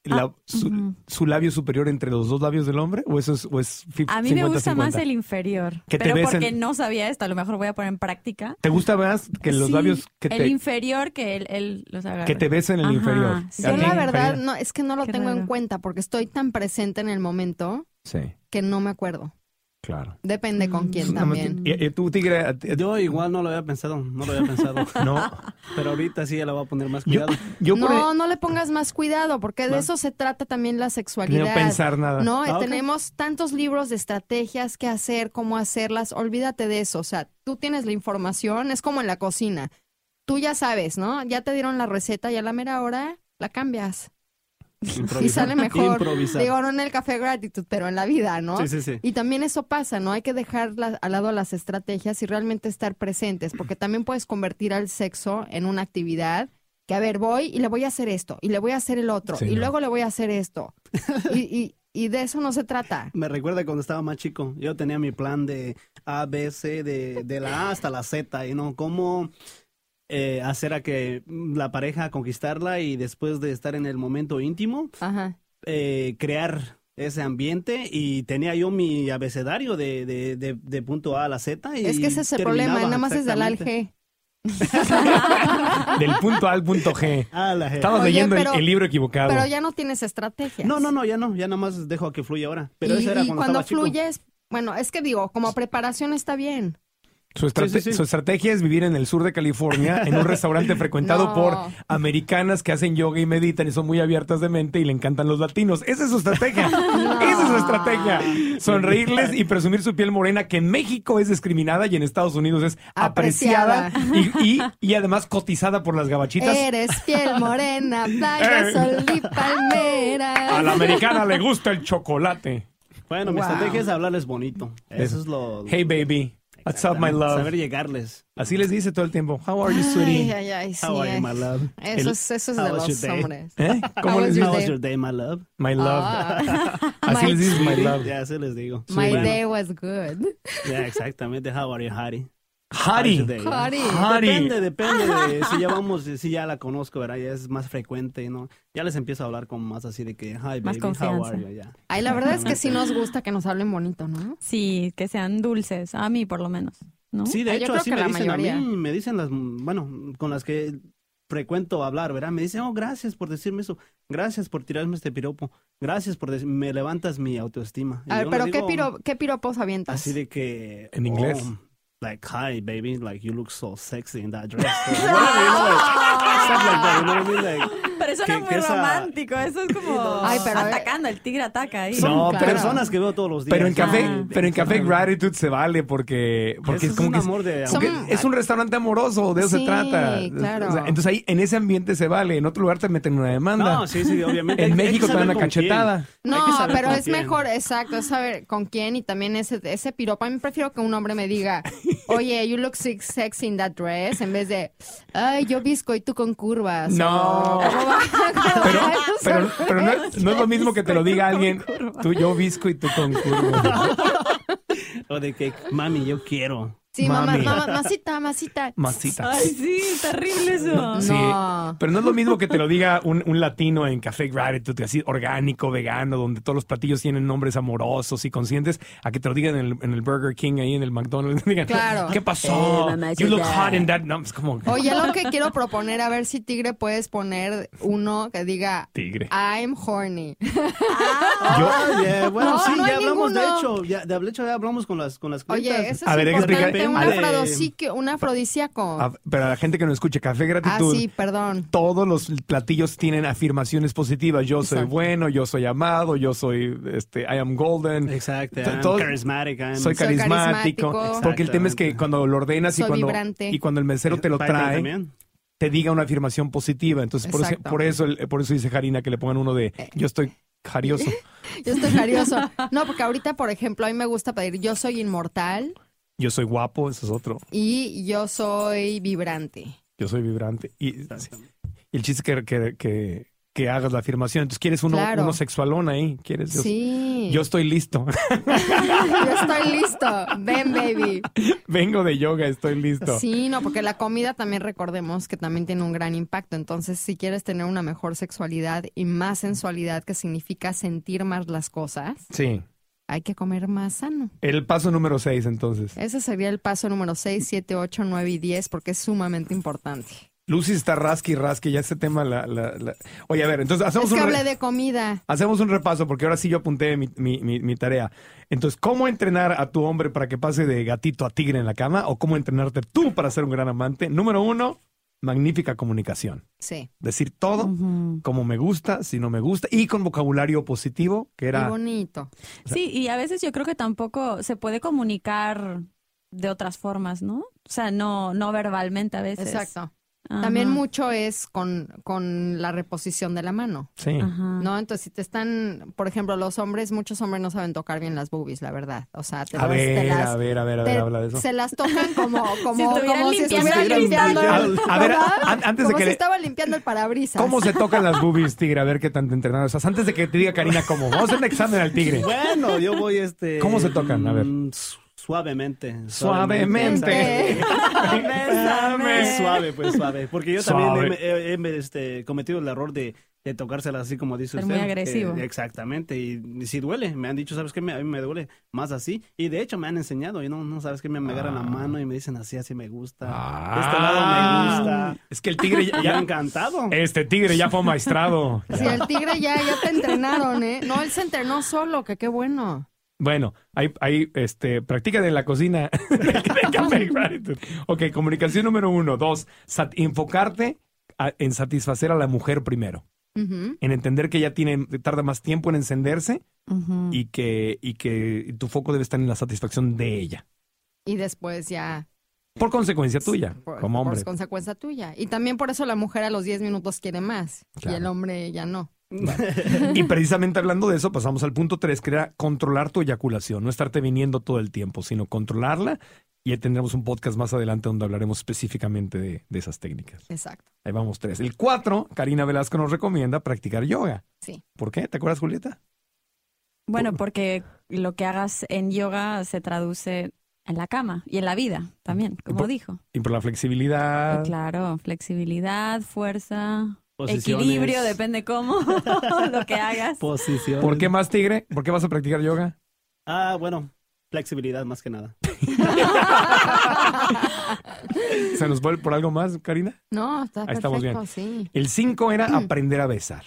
Speaker 4: Ah,
Speaker 1: la- su, su labio superior entre los dos labios del hombre, o eso es, o es fif-
Speaker 4: A mí me
Speaker 1: 50-50?
Speaker 4: gusta más el inferior.
Speaker 1: Que te
Speaker 4: pero
Speaker 1: besen.
Speaker 4: porque no sabía esto, a lo mejor voy a poner en práctica.
Speaker 1: ¿Te gusta más que los
Speaker 4: Sí,
Speaker 1: labios que
Speaker 4: El
Speaker 1: te,
Speaker 4: inferior que él, él los agarra.
Speaker 1: que te besen el
Speaker 4: Ajá,
Speaker 1: inferior?
Speaker 4: sí.
Speaker 1: ¿A
Speaker 3: Yo
Speaker 1: ti,
Speaker 3: la verdad
Speaker 1: Karina?
Speaker 3: no, es que no lo
Speaker 4: Qué
Speaker 3: tengo en
Speaker 4: raro.
Speaker 3: cuenta porque estoy tan presente en el momento
Speaker 1: Sí,
Speaker 3: que no me acuerdo.
Speaker 1: claro.
Speaker 3: Depende
Speaker 4: Mm.
Speaker 3: con quién
Speaker 1: Nada más-
Speaker 3: también.
Speaker 1: ¿Y, y tú, Tigre? a ti- a ti-
Speaker 5: Yo igual no lo había pensado, no lo había pensado.
Speaker 1: [LAUGHS]
Speaker 3: [LAUGHS]
Speaker 1: No.
Speaker 5: Pero ahorita sí ya la voy a poner más
Speaker 1: Yo,
Speaker 5: cuidado.
Speaker 1: yo por- e-
Speaker 3: No, no le pongas más cuidado porque de
Speaker 5: Va.
Speaker 3: eso se trata también la
Speaker 1: no
Speaker 3: sexualidad.
Speaker 1: pensar nada.
Speaker 3: No,
Speaker 5: Ah, ok.
Speaker 3: tenemos tantos libros de estrategias que hacer, cómo hacerlas. Olvídate de eso. O sea, tú tienes la información, es como en la cocina. Tú ya sabes, ¿no? Ya te dieron la receta y a la mera hora la cambias [LAUGHS] y
Speaker 5: Improvisar. [LAUGHS]
Speaker 3: sale mejor.
Speaker 5: Improvisar.
Speaker 3: Digo, no en el café gratitud, pero en la vida, ¿no?
Speaker 5: Sí, sí, sí.
Speaker 3: Y también eso pasa, ¿no? Hay que dejar la- al lado las estrategias y realmente estar presentes, porque también puedes convertir al sexo en una actividad que a ver, voy y le voy a hacer esto, y le voy a hacer el otro,
Speaker 1: Sí,
Speaker 3: y
Speaker 1: no.
Speaker 3: luego le voy a hacer esto. Y, y- y de eso no se trata.
Speaker 5: Me recuerda cuando estaba más chico. Yo tenía mi plan de A, B, C, de, de la A hasta la Z, y no cómo eh, hacer a que la pareja conquistarla y después de estar en el momento íntimo,
Speaker 3: Ajá.
Speaker 5: eh, crear ese ambiente y tenía yo mi abecedario de, de, de- de punto A a la Z. Y
Speaker 3: Es que ese es el
Speaker 5: terminaba
Speaker 3: problema, nada más es del
Speaker 5: exactamente.
Speaker 3: alge.
Speaker 1: Del punto A al punto G.
Speaker 5: A la G.
Speaker 1: Estabas
Speaker 3: Oye,
Speaker 1: leyendo el-
Speaker 3: pero-
Speaker 1: el, libro equivocado.
Speaker 3: Pero ya no tienes estrategias.
Speaker 5: No, no, no, ya no, ya nada más dejo a que fluya ahora. Pero
Speaker 3: y
Speaker 5: eso era
Speaker 3: y
Speaker 5: cuando,
Speaker 3: cuando
Speaker 5: estaba chico.
Speaker 3: fluyes, bueno, es que digo, como preparación está bien.
Speaker 1: Su, estrate-
Speaker 5: Sí, sí, sí.
Speaker 1: su estrategia es vivir en el sur de California, en un
Speaker 3: [LAUGHS]
Speaker 1: restaurante frecuentado
Speaker 3: No.
Speaker 1: por americanas que hacen yoga y meditan y son muy abiertas de mente y le encantan los latinos. Esa es su
Speaker 3: [LAUGHS]
Speaker 1: estrategia. Esa es su estrategia. Sonreírles y presumir su piel morena, que en México es discriminada y en Estados Unidos es apreciada, y, y- y además cotizada por las gabachitas.
Speaker 3: Eres piel morena, playa,
Speaker 5: [LAUGHS]
Speaker 1: Eh.
Speaker 3: sol y palmera.
Speaker 1: A la americana le gusta el chocolate.
Speaker 5: Bueno, mi
Speaker 3: Wow.
Speaker 5: estrategia es hablarles bonito. Eso es lo.
Speaker 1: Hey baby, what's up my
Speaker 5: Saber
Speaker 1: love?
Speaker 5: llegarles.
Speaker 1: Así les dice todo el tiempo. How are you
Speaker 3: Ay,
Speaker 1: sweetie?
Speaker 3: ay, ay, sí.
Speaker 5: How are you,
Speaker 3: eh.
Speaker 5: my love?
Speaker 1: El-
Speaker 3: Eso es, eso es
Speaker 5: How
Speaker 3: de
Speaker 5: was
Speaker 3: los
Speaker 5: your day?
Speaker 3: hombres.
Speaker 1: ¿Eh? ¿Cómo
Speaker 3: How
Speaker 1: les
Speaker 3: was
Speaker 1: dice?
Speaker 5: How
Speaker 3: your
Speaker 5: was
Speaker 3: day?
Speaker 5: your day, my love?
Speaker 1: My love.
Speaker 3: Ah.
Speaker 1: Así
Speaker 3: my-
Speaker 1: les dice my love.
Speaker 5: [LAUGHS] Ya se les digo.
Speaker 3: My
Speaker 5: Bueno,
Speaker 3: day was good.
Speaker 5: Ya, exactamente. How are you, Harry?
Speaker 1: Hari.
Speaker 3: Howdy.
Speaker 1: Hari.
Speaker 5: Depende, depende
Speaker 3: [LAUGHS]
Speaker 5: de si ya vamos, si ya la conozco, ¿verdad? Ya es más frecuente, ¿no? Ya les empiezo a hablar con más así de que, hi,
Speaker 4: Más
Speaker 5: baby, how
Speaker 4: confianza.
Speaker 5: are you? Ya.
Speaker 3: Ay, la verdad es que sí nos gusta que nos hablen bonito, ¿no?
Speaker 4: Sí, que sean dulces, a mí por lo menos, ¿no?
Speaker 5: Sí, de
Speaker 3: Ah, yo
Speaker 5: hecho,
Speaker 3: creo
Speaker 5: así
Speaker 3: que
Speaker 5: me
Speaker 3: la
Speaker 5: dicen a mí,
Speaker 3: mayoría.
Speaker 5: me dicen las, bueno, con las que frecuento hablar, ¿verdad? Me dicen, oh, gracias por decirme eso, gracias por tirarme este piropo, gracias por, dec- me levantas mi autoestima. Y
Speaker 3: A ver,
Speaker 5: yo
Speaker 3: pero
Speaker 5: les
Speaker 3: ¿qué,
Speaker 5: digo,
Speaker 3: piro- ¿qué piropos avientas?
Speaker 5: Así de que... oh,
Speaker 1: En inglés.
Speaker 5: like, hi, baby, like, you look so sexy in
Speaker 3: [LAUGHS]
Speaker 5: that dress. Or whatever, you know, like, stuff like that, you know what I mean? Like,
Speaker 4: Pero eso no
Speaker 5: que-
Speaker 4: es
Speaker 5: que
Speaker 4: muy
Speaker 5: esa-
Speaker 4: romántico, eso es como
Speaker 3: Ay, pero- eh,
Speaker 4: atacando, el tigre ataca ahí.
Speaker 5: Son
Speaker 1: No, pero-
Speaker 5: personas que veo todos los días.
Speaker 1: Pero en café,
Speaker 5: Ah.
Speaker 1: pero en café gratitude se vale porque porque
Speaker 5: Eso
Speaker 1: es como
Speaker 5: un
Speaker 1: que es,
Speaker 5: amor de
Speaker 1: como que
Speaker 3: Son-
Speaker 1: es un restaurante amoroso, de eso se
Speaker 3: Sí,
Speaker 1: trata.
Speaker 3: claro.
Speaker 1: O sea, entonces ahí en ese ambiente se vale, en otro lugar te meten una demanda.
Speaker 5: No, sí, sí, obviamente.
Speaker 1: En
Speaker 5: Hay- hay
Speaker 1: México
Speaker 5: que
Speaker 1: te dan
Speaker 5: saber
Speaker 1: una
Speaker 5: con quién.
Speaker 1: cachetada.
Speaker 5: Hay que
Speaker 3: No,
Speaker 5: saber
Speaker 3: pero
Speaker 5: con
Speaker 3: es
Speaker 5: quién.
Speaker 3: mejor, exacto, es saber con quién y también ese, ese piropo. A mí prefiero que un hombre me
Speaker 5: [LAUGHS]
Speaker 3: diga, oye, you look six- sexy in that dress, en vez de, ay, yo bizcoito con curvas. [LAUGHS]
Speaker 1: No.
Speaker 3: O, "¿Cómo va? [LAUGHS]
Speaker 1: Pero,
Speaker 3: Ay, no sé.
Speaker 1: pero, pero no, es- no es lo mismo que te lo diga alguien, tú yo visco y tú con curva.
Speaker 5: O de que, mami, yo quiero.
Speaker 3: Sí, mamá,
Speaker 1: Mami.
Speaker 3: mamá, masita, masita.
Speaker 1: Masita.
Speaker 4: Ay, sí, terrible eso.
Speaker 1: Sí,
Speaker 3: No.
Speaker 1: pero no es lo mismo que te lo diga un, un latino en Café Gratitude, así orgánico, vegano, donde todos los platillos tienen nombres amorosos y conscientes, a que te lo digan en el, en el Burger King, ahí en el McDonald's. [LAUGHS] Digan,
Speaker 3: Claro.
Speaker 1: ¿Qué pasó?
Speaker 4: Eh, mamá,
Speaker 1: you look
Speaker 4: ayuda.
Speaker 1: hot in that. No, es como
Speaker 3: Oye, lo que quiero proponer, a ver si Tigre puedes poner uno que diga,
Speaker 1: tigre.
Speaker 3: I'm horny.
Speaker 5: Ah, yeah, bueno,
Speaker 3: No,
Speaker 5: sí,
Speaker 3: no hay
Speaker 5: ya hablamos, de
Speaker 3: ninguno.
Speaker 5: hecho, ya, de hecho, ya hablamos con las, con las
Speaker 3: Oye,
Speaker 5: clientas.
Speaker 3: eso es
Speaker 1: A ver, hay que
Speaker 3: importante,
Speaker 1: explicar-
Speaker 3: un,
Speaker 1: a
Speaker 5: ver.
Speaker 3: afrodisíaco, un afrodisíaco.
Speaker 1: Ah, pero a la gente que no escucha Café
Speaker 3: Ah,
Speaker 1: Gratitud.
Speaker 3: sí, perdón.
Speaker 1: Todos los platillos tienen afirmaciones positivas. Yo soy
Speaker 3: Exacto.
Speaker 1: bueno, yo soy amado, yo soy, este, I am golden.
Speaker 5: Exacto.
Speaker 1: To-
Speaker 5: I'm
Speaker 1: todo-
Speaker 5: charismatic, I'm-
Speaker 1: soy
Speaker 3: Soy
Speaker 1: carismático.
Speaker 3: carismático.
Speaker 1: Porque el tema es que
Speaker 5: Exactamente.
Speaker 1: cuando lo ordenas y
Speaker 3: Soy
Speaker 1: cuando,
Speaker 3: vibrante.
Speaker 1: y cuando el mesero te lo
Speaker 5: Piper
Speaker 1: trae,
Speaker 5: también.
Speaker 1: te diga una afirmación positiva. Entonces, por eso,
Speaker 3: Exacto. Eh.
Speaker 1: por, eso, el- por eso dice Jarina que le pongan uno de yo estoy
Speaker 3: [LAUGHS]
Speaker 1: jarioso.
Speaker 3: Yo estoy jarioso. No, porque ahorita, por ejemplo, a mí me gusta pedir yo soy inmortal
Speaker 1: Yo soy guapo, eso es otro.
Speaker 3: y yo soy vibrante.
Speaker 1: Yo soy vibrante. Y, y el chiste es que, que, que- que hagas la afirmación. Entonces, quieres uno,
Speaker 3: Claro.
Speaker 1: uno sexualón ahí. ¿Quieres? Yo,
Speaker 3: Sí.
Speaker 1: yo estoy listo. [LAUGHS]
Speaker 3: Yo estoy listo. Ven, baby.
Speaker 1: Vengo de yoga, estoy listo.
Speaker 3: Sí, no, porque la comida también recordemos que también tiene un gran impacto. Entonces, si quieres tener una mejor sexualidad y más sensualidad, que significa sentir más las cosas,
Speaker 1: Sí.
Speaker 3: hay que comer más sano.
Speaker 1: El paso número seis, entonces.
Speaker 3: Ese sería el paso número 6, 7, 8, 9 y 10, porque es sumamente importante.
Speaker 1: Lucy está rasqui, rasqui. Ya ese tema la, la- la- Oye, a ver, entonces hacemos
Speaker 3: Es que
Speaker 1: un... re-
Speaker 3: hablé de comida.
Speaker 1: Hacemos un repaso porque ahora sí yo apunté mi, mi- mi- mi tarea. Entonces, ¿cómo entrenar a tu hombre para que pase de gatito a tigre en la cama? ¿O cómo entrenarte tú para ser un gran amante? Número uno, magnífica comunicación.
Speaker 3: Sí.
Speaker 1: Decir todo
Speaker 4: Ujú.
Speaker 1: como me gusta, si no me gusta, y con vocabulario positivo, que
Speaker 3: Qué
Speaker 1: era...
Speaker 3: bonito.
Speaker 4: Sí, y a veces yo creo que tampoco se puede comunicar de otras formas, ¿no? O sea, no, no verbalmente a veces.
Speaker 3: Exacto. También
Speaker 4: Ajá.
Speaker 3: mucho es con, con la reposición de la mano,
Speaker 1: Sí.
Speaker 4: Ajá.
Speaker 3: ¿no? Entonces, si te están, por ejemplo, los hombres, muchos hombres no saben tocar bien las boobies, la verdad. O sea, te,
Speaker 1: A
Speaker 3: las- te
Speaker 1: ver,
Speaker 3: las,
Speaker 1: a ver, a ver, a ver,
Speaker 3: te-
Speaker 1: habla de eso.
Speaker 3: Se las tocan
Speaker 1: [LAUGHS]
Speaker 3: como, como,
Speaker 4: estuvieran
Speaker 3: como si
Speaker 4: limpiando
Speaker 3: estuvieran
Speaker 5: el
Speaker 3: limpiando.
Speaker 5: cristal.
Speaker 1: A ver,
Speaker 3: ¿verdad?
Speaker 1: an- antes de
Speaker 3: como
Speaker 1: que
Speaker 3: si
Speaker 1: le-
Speaker 3: estaba limpiando el parabrisas.
Speaker 1: ¿Cómo se tocan las boobies, tigre? A ver qué tan entrenado estás. Antes de que te diga Karina cómo. Vamos a hacer un examen al tigre.
Speaker 5: Bueno, yo voy este.
Speaker 1: ¿Cómo se tocan? A ver.
Speaker 5: mm, su- Suavemente.
Speaker 1: Suavemente. [LAUGHS]
Speaker 5: Pues suave, pues suave. Porque yo
Speaker 1: Suave.
Speaker 5: también he, he- he, este, cometido el error de, de tocársela así como dice
Speaker 4: Ser
Speaker 5: usted.
Speaker 4: muy agresivo.
Speaker 5: Eh, exactamente. Y, y si duele, me han dicho, ¿sabes qué? Me- a mí me duele más así. Y de hecho me han enseñado. Y no, no sabes qué, me, me agarran la
Speaker 1: Ah.
Speaker 5: mano y me dicen así, así me gusta. De este lado me gusta.
Speaker 1: Es que el tigre Ah. ya.
Speaker 5: Y ha encantado.
Speaker 1: este tigre ya fue
Speaker 3: [LAUGHS]
Speaker 1: maestrado.
Speaker 3: Si el tigre ya, ya
Speaker 1: [LAUGHS]
Speaker 3: te entrenaron, ¿eh? No, él se entrenó solo, que qué bueno.
Speaker 1: Bueno, ahí, ahí este, practican en la cocina. [LAUGHS] ok, comunicación número uno. Dos, sat- enfocarte a- en satisfacer a la mujer primero.
Speaker 3: Ujú.
Speaker 1: En entender que ella tiene, tarda más tiempo en encenderse
Speaker 4: Ujú.
Speaker 1: y que, y que tu foco debe estar en la satisfacción de ella.
Speaker 3: Y después ya,
Speaker 1: Por consecuencia tuya,
Speaker 3: por,
Speaker 1: como
Speaker 3: por
Speaker 1: hombre.
Speaker 3: consecuencia tuya. Y también por eso la mujer a los 10 minutos quiere más
Speaker 1: Claro.
Speaker 3: y el hombre ya no.
Speaker 1: Y precisamente hablando de eso, pasamos al punto 3, que era controlar tu eyaculación, no estarte viniendo todo el tiempo, sino controlarla. Y ahí tendremos un podcast más adelante donde hablaremos específicamente de, de esas técnicas.
Speaker 3: Exacto.
Speaker 1: Ahí vamos tres. El cuatro, Karina Velasco nos recomienda practicar yoga.
Speaker 3: Sí.
Speaker 1: ¿Por qué? ¿Te acuerdas, Julieta?
Speaker 4: Bueno, porque lo que hagas en yoga se traduce en la cama y en la vida también, como
Speaker 1: por-
Speaker 4: dijo.
Speaker 1: Y por la flexibilidad.
Speaker 4: Claro, flexibilidad, fuerza,
Speaker 5: Posiciones.
Speaker 4: equilibrio, depende cómo [LAUGHS] lo que hagas.
Speaker 5: Posición.
Speaker 1: ¿Por qué más, Tigre? ¿Por qué vas a practicar yoga?
Speaker 5: Ah, bueno. Flexibilidad más
Speaker 1: [LAUGHS]
Speaker 5: que nada.
Speaker 1: ¿Se nos vuelve por algo más, Karina?
Speaker 3: No, está
Speaker 1: Ahí
Speaker 3: perfecto,
Speaker 1: estamos
Speaker 3: sí.
Speaker 1: El cinco era aprender a besar.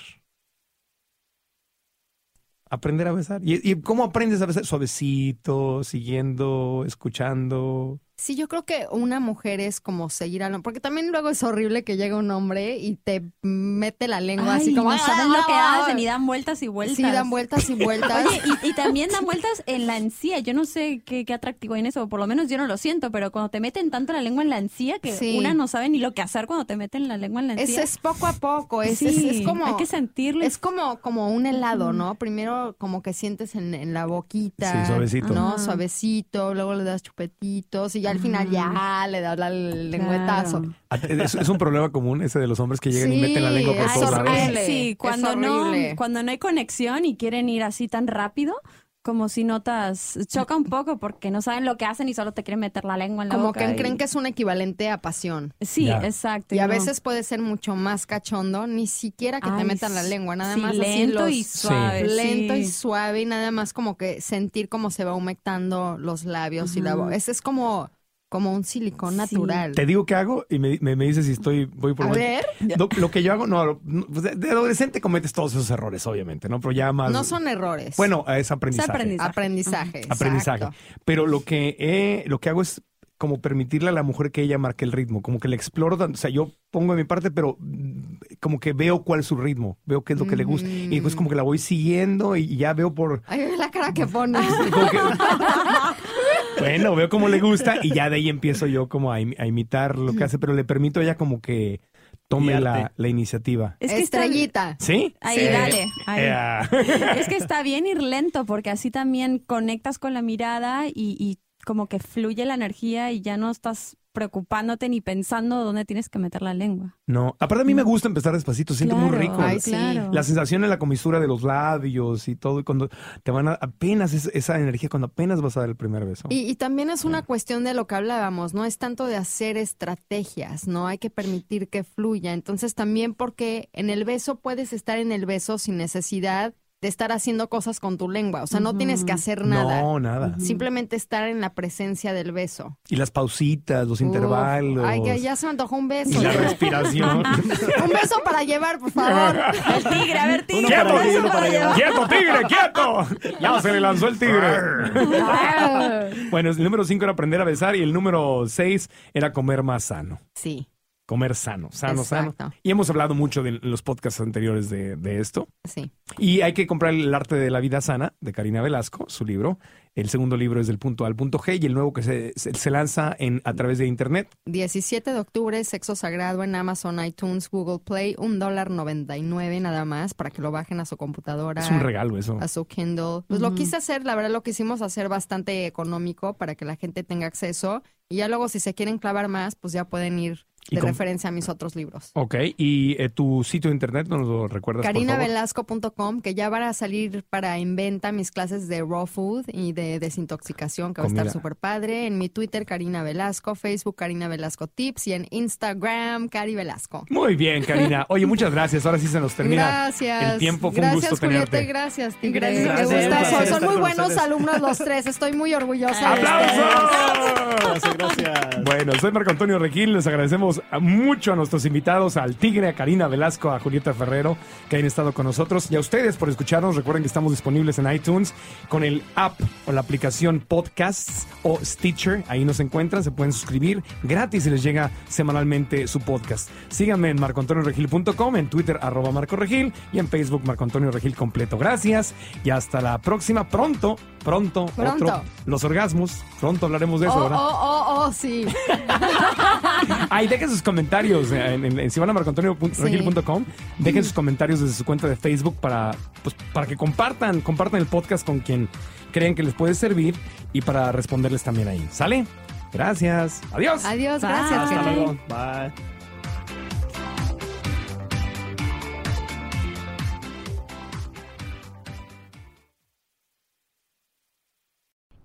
Speaker 1: Aprender a besar. ¿Y, y cómo aprendes a besar? Suavecito, siguiendo, escuchando.
Speaker 3: Sí, yo creo que una mujer es como seguir al hombre, porque también luego es horrible que llega un hombre y te mete la lengua
Speaker 4: Ay,
Speaker 3: así como
Speaker 4: no saben lo que
Speaker 3: ¡Ah!
Speaker 4: hacen y dan vueltas y vueltas.
Speaker 3: Sí, dan vueltas y vueltas.
Speaker 4: [LAUGHS] Oye, y, y también
Speaker 3: [LAUGHS]
Speaker 4: dan vueltas en la encía. Yo no sé qué, qué atractivo hay en eso, por lo menos yo no lo siento, pero cuando te meten tanto la lengua en la encía que
Speaker 3: Sí.
Speaker 4: una no sabe ni lo que hacer cuando te meten la lengua en la
Speaker 3: es,
Speaker 4: encía.
Speaker 3: es poco a poco, es,
Speaker 4: Sí,
Speaker 3: es, es como
Speaker 4: Hay que sentirlo.
Speaker 3: es como como un helado, ¿no? Primero como que sientes en, en la boquita,
Speaker 1: Sí, suavecito.
Speaker 3: ¿no?
Speaker 4: Ajá.
Speaker 3: Suavecito, luego le das chupetitos y ya al final ya le das la lengüetazo.
Speaker 4: Claro.
Speaker 1: A- Ah, Es, es un problema común ese de los hombres que llegan y
Speaker 3: Sí,
Speaker 1: meten la lengua por
Speaker 3: ay,
Speaker 1: todos
Speaker 3: son-
Speaker 1: lados.
Speaker 3: horrible,
Speaker 4: Ah, Sí,
Speaker 3: es
Speaker 4: cuando no,
Speaker 3: horrible.
Speaker 4: cuando no hay conexión y quieren ir así tan rápido, como si notas, choca un poco porque no saben lo que hacen y solo te quieren meter la lengua en la
Speaker 3: Como
Speaker 4: boca.
Speaker 3: que
Speaker 4: y-
Speaker 3: creen que es un equivalente a pasión.
Speaker 4: Sí,
Speaker 1: Ya.
Speaker 4: exacto.
Speaker 3: Y a
Speaker 4: no.
Speaker 3: veces puede ser mucho más cachondo, ni siquiera que te
Speaker 4: Ay,
Speaker 3: metan la lengua, nada
Speaker 4: sí,
Speaker 3: más así
Speaker 4: lento
Speaker 3: los-
Speaker 4: y suave. sí.
Speaker 3: lento y suave y nada más como que sentir cómo se va humectando los labios y la
Speaker 4: Ajá.
Speaker 3: boca. Ese es como, como un silicón
Speaker 4: Sí.
Speaker 3: natural.
Speaker 1: Te digo qué hago y me, me, me dices si estoy, voy por
Speaker 3: A
Speaker 1: buen-
Speaker 3: ver,
Speaker 1: Lo, lo que yo hago, no, lo- no, pues, de, de adolescente cometes todos esos errores, obviamente, ¿no? Pero ya más.
Speaker 3: no son errores.
Speaker 1: Bueno, es aprendizaje.
Speaker 4: aprendizaje.
Speaker 3: aprendizaje.
Speaker 1: Aprendizaje.
Speaker 3: exacto.
Speaker 1: Pero lo que, he- lo que hago es como permitirle a la mujer que ella marque el ritmo, como que le exploro, tan- o sea, yo pongo de mi parte, pero mm, como que veo cuál es su ritmo, veo qué es lo que le gusta, y pues como que la voy siguiendo y ya veo por,
Speaker 3: Ay, ve la cara que pone.
Speaker 1: como que- [LAUGHS] bueno, veo cómo le gusta y ya de ahí empiezo yo como a, im- a imitar lo que hace, pero le permito a ella como que tome
Speaker 5: Guiarte.
Speaker 1: la, la iniciativa.
Speaker 4: [LAUGHS] Es que está-
Speaker 3: Estrellita.
Speaker 1: ¿Sí?
Speaker 4: Ahí,
Speaker 1: Sí.
Speaker 4: dale. Ahí.
Speaker 1: Eh,
Speaker 4: Es que está bien ir lento porque así también conectas con la mirada y, y como que fluye la energía y ya no estás preocupándote ni pensando dónde tienes que meter la lengua.
Speaker 1: [LAUGHS] no, aparte a mí me gusta empezar despacito, siento muy
Speaker 4: Claro.
Speaker 1: rico.
Speaker 3: Ay, sí.
Speaker 4: claro.
Speaker 1: La sensación en la comisura de los labios y todo, y cuando te van a, apenas es- esa energía, cuando apenas vas a dar el primer beso.
Speaker 3: Y, y también es una cuestión de lo que hablábamos, no es tanto de hacer estrategias, no hay que permitir que fluya. Entonces también porque en el beso puedes estar en el beso sin necesidad de estar haciendo cosas con tu lengua, o sea, no tienes que hacer nada.
Speaker 1: No, nada.
Speaker 3: Simplemente estar en la presencia del beso.
Speaker 1: Y las pausitas, los intervalos.
Speaker 3: Ay, que ya se me antojó un
Speaker 1: Y
Speaker 3: beso.
Speaker 1: la
Speaker 3: [LAUGHS]
Speaker 1: respiración.
Speaker 3: un beso para llevar,
Speaker 1: [LAUGHS]
Speaker 3: por favor.
Speaker 4: El tigre, a ver, tigre.
Speaker 5: Uno para
Speaker 4: por
Speaker 5: aquí,
Speaker 4: eso
Speaker 5: uno
Speaker 4: para
Speaker 5: para
Speaker 4: [LAUGHS] allá.
Speaker 5: allá.
Speaker 1: ¡Quieto, tigre, quieto!
Speaker 3: [LAUGHS]
Speaker 1: Ya se le lanzó el tigre. bueno, el número 5 era aprender a besar y el número 6 era comer más sano.
Speaker 3: sí.
Speaker 1: comer sano, sano, sano.
Speaker 3: Exacto.
Speaker 1: Y hemos hablado mucho de en los podcasts anteriores de, de esto.
Speaker 3: Sí.
Speaker 1: Y hay que comprar el arte de la vida sana de Karina Velasco, su libro. El segundo libro es del punto A al punto G y el nuevo que se, se- se lanza en, a través de internet.
Speaker 3: 17 de octubre, Sexo Sagrado en Amazon, iTunes, Google Play, un dólar 99 nada más para que lo bajen a su computadora.
Speaker 1: Es un regalo eso.
Speaker 3: a su Kindle. Pues lo quise hacer, la verdad lo quisimos hacer bastante económico para que la gente tenga acceso y ya luego si se quieren clavar más, pues ya pueden ir
Speaker 1: ¿Y
Speaker 3: de
Speaker 1: cómo-
Speaker 3: referencia a mis otros libros.
Speaker 1: Ok, y eh, tu sitio de internet, ¿nos lo recuerdas? por favor?
Speaker 3: Carinavelasco.com, que ya van a salir para en venta mis clases de raw food y de desintoxicación, que va a
Speaker 1: Comida.
Speaker 3: estar súper padre. En mi Twitter, Karina Velasco, Facebook, Karina Velasco Tips y en Instagram, Cari Velasco.
Speaker 1: Muy bien, Karina. Oye, muchas gracias. Ahora sí se nos termina
Speaker 3: Gracias.
Speaker 1: el tiempo. Fue
Speaker 3: gracias,
Speaker 1: un gusto
Speaker 3: Julieta,
Speaker 1: tenerte.
Speaker 3: y gracias, Tigre. Qué
Speaker 4: Gracias,
Speaker 5: Gracias,
Speaker 3: gustazo.
Speaker 5: un placer
Speaker 3: Son
Speaker 5: estar
Speaker 3: muy
Speaker 5: con
Speaker 3: buenos
Speaker 5: ustedes.
Speaker 3: alumnos los tres. Estoy muy orgullosa. de ustedes.
Speaker 1: ¡Aplausos!
Speaker 5: Gracias, gracias.
Speaker 1: Bueno, soy Marco Antonio Regil. Les agradecemos a- mucho a nuestros invitados, al Tigre, a Karina Velasco, a Julieta Ferrero, que han estado con nosotros. Y a ustedes por escucharnos. Recuerden que estamos disponibles en iTunes con el app o la aplicación Podcasts o Stitcher. Ahí nos encuentran. Se pueden suscribir gratis y les llega semanalmente su podcast. Síganme en marcoantonioregil.com, en Twitter, arroba Marco Regil, y en Facebook, Marco Antonio Regil completo. Gracias y hasta la próxima. Pronto, pronto,
Speaker 3: Pronto.
Speaker 1: otro. Los orgasmos. Pronto hablaremos de
Speaker 3: Oh,
Speaker 1: eso, ¿verdad?
Speaker 3: oh, oh, oh, sí.
Speaker 1: Ay, dejen sus comentarios eh, en, en, en si van a marcoantonio.regil.com, Dejen sus comentarios desde su cuenta de Facebook para, pues, para que compartan, compartan el podcast con quien creen que les puede servir y para responderles también ahí. ¿Sale? Gracias. Adiós.
Speaker 3: Adiós,
Speaker 4: Bye.
Speaker 3: gracias.
Speaker 4: Hasta
Speaker 3: Jesús.
Speaker 4: luego.
Speaker 5: Bye.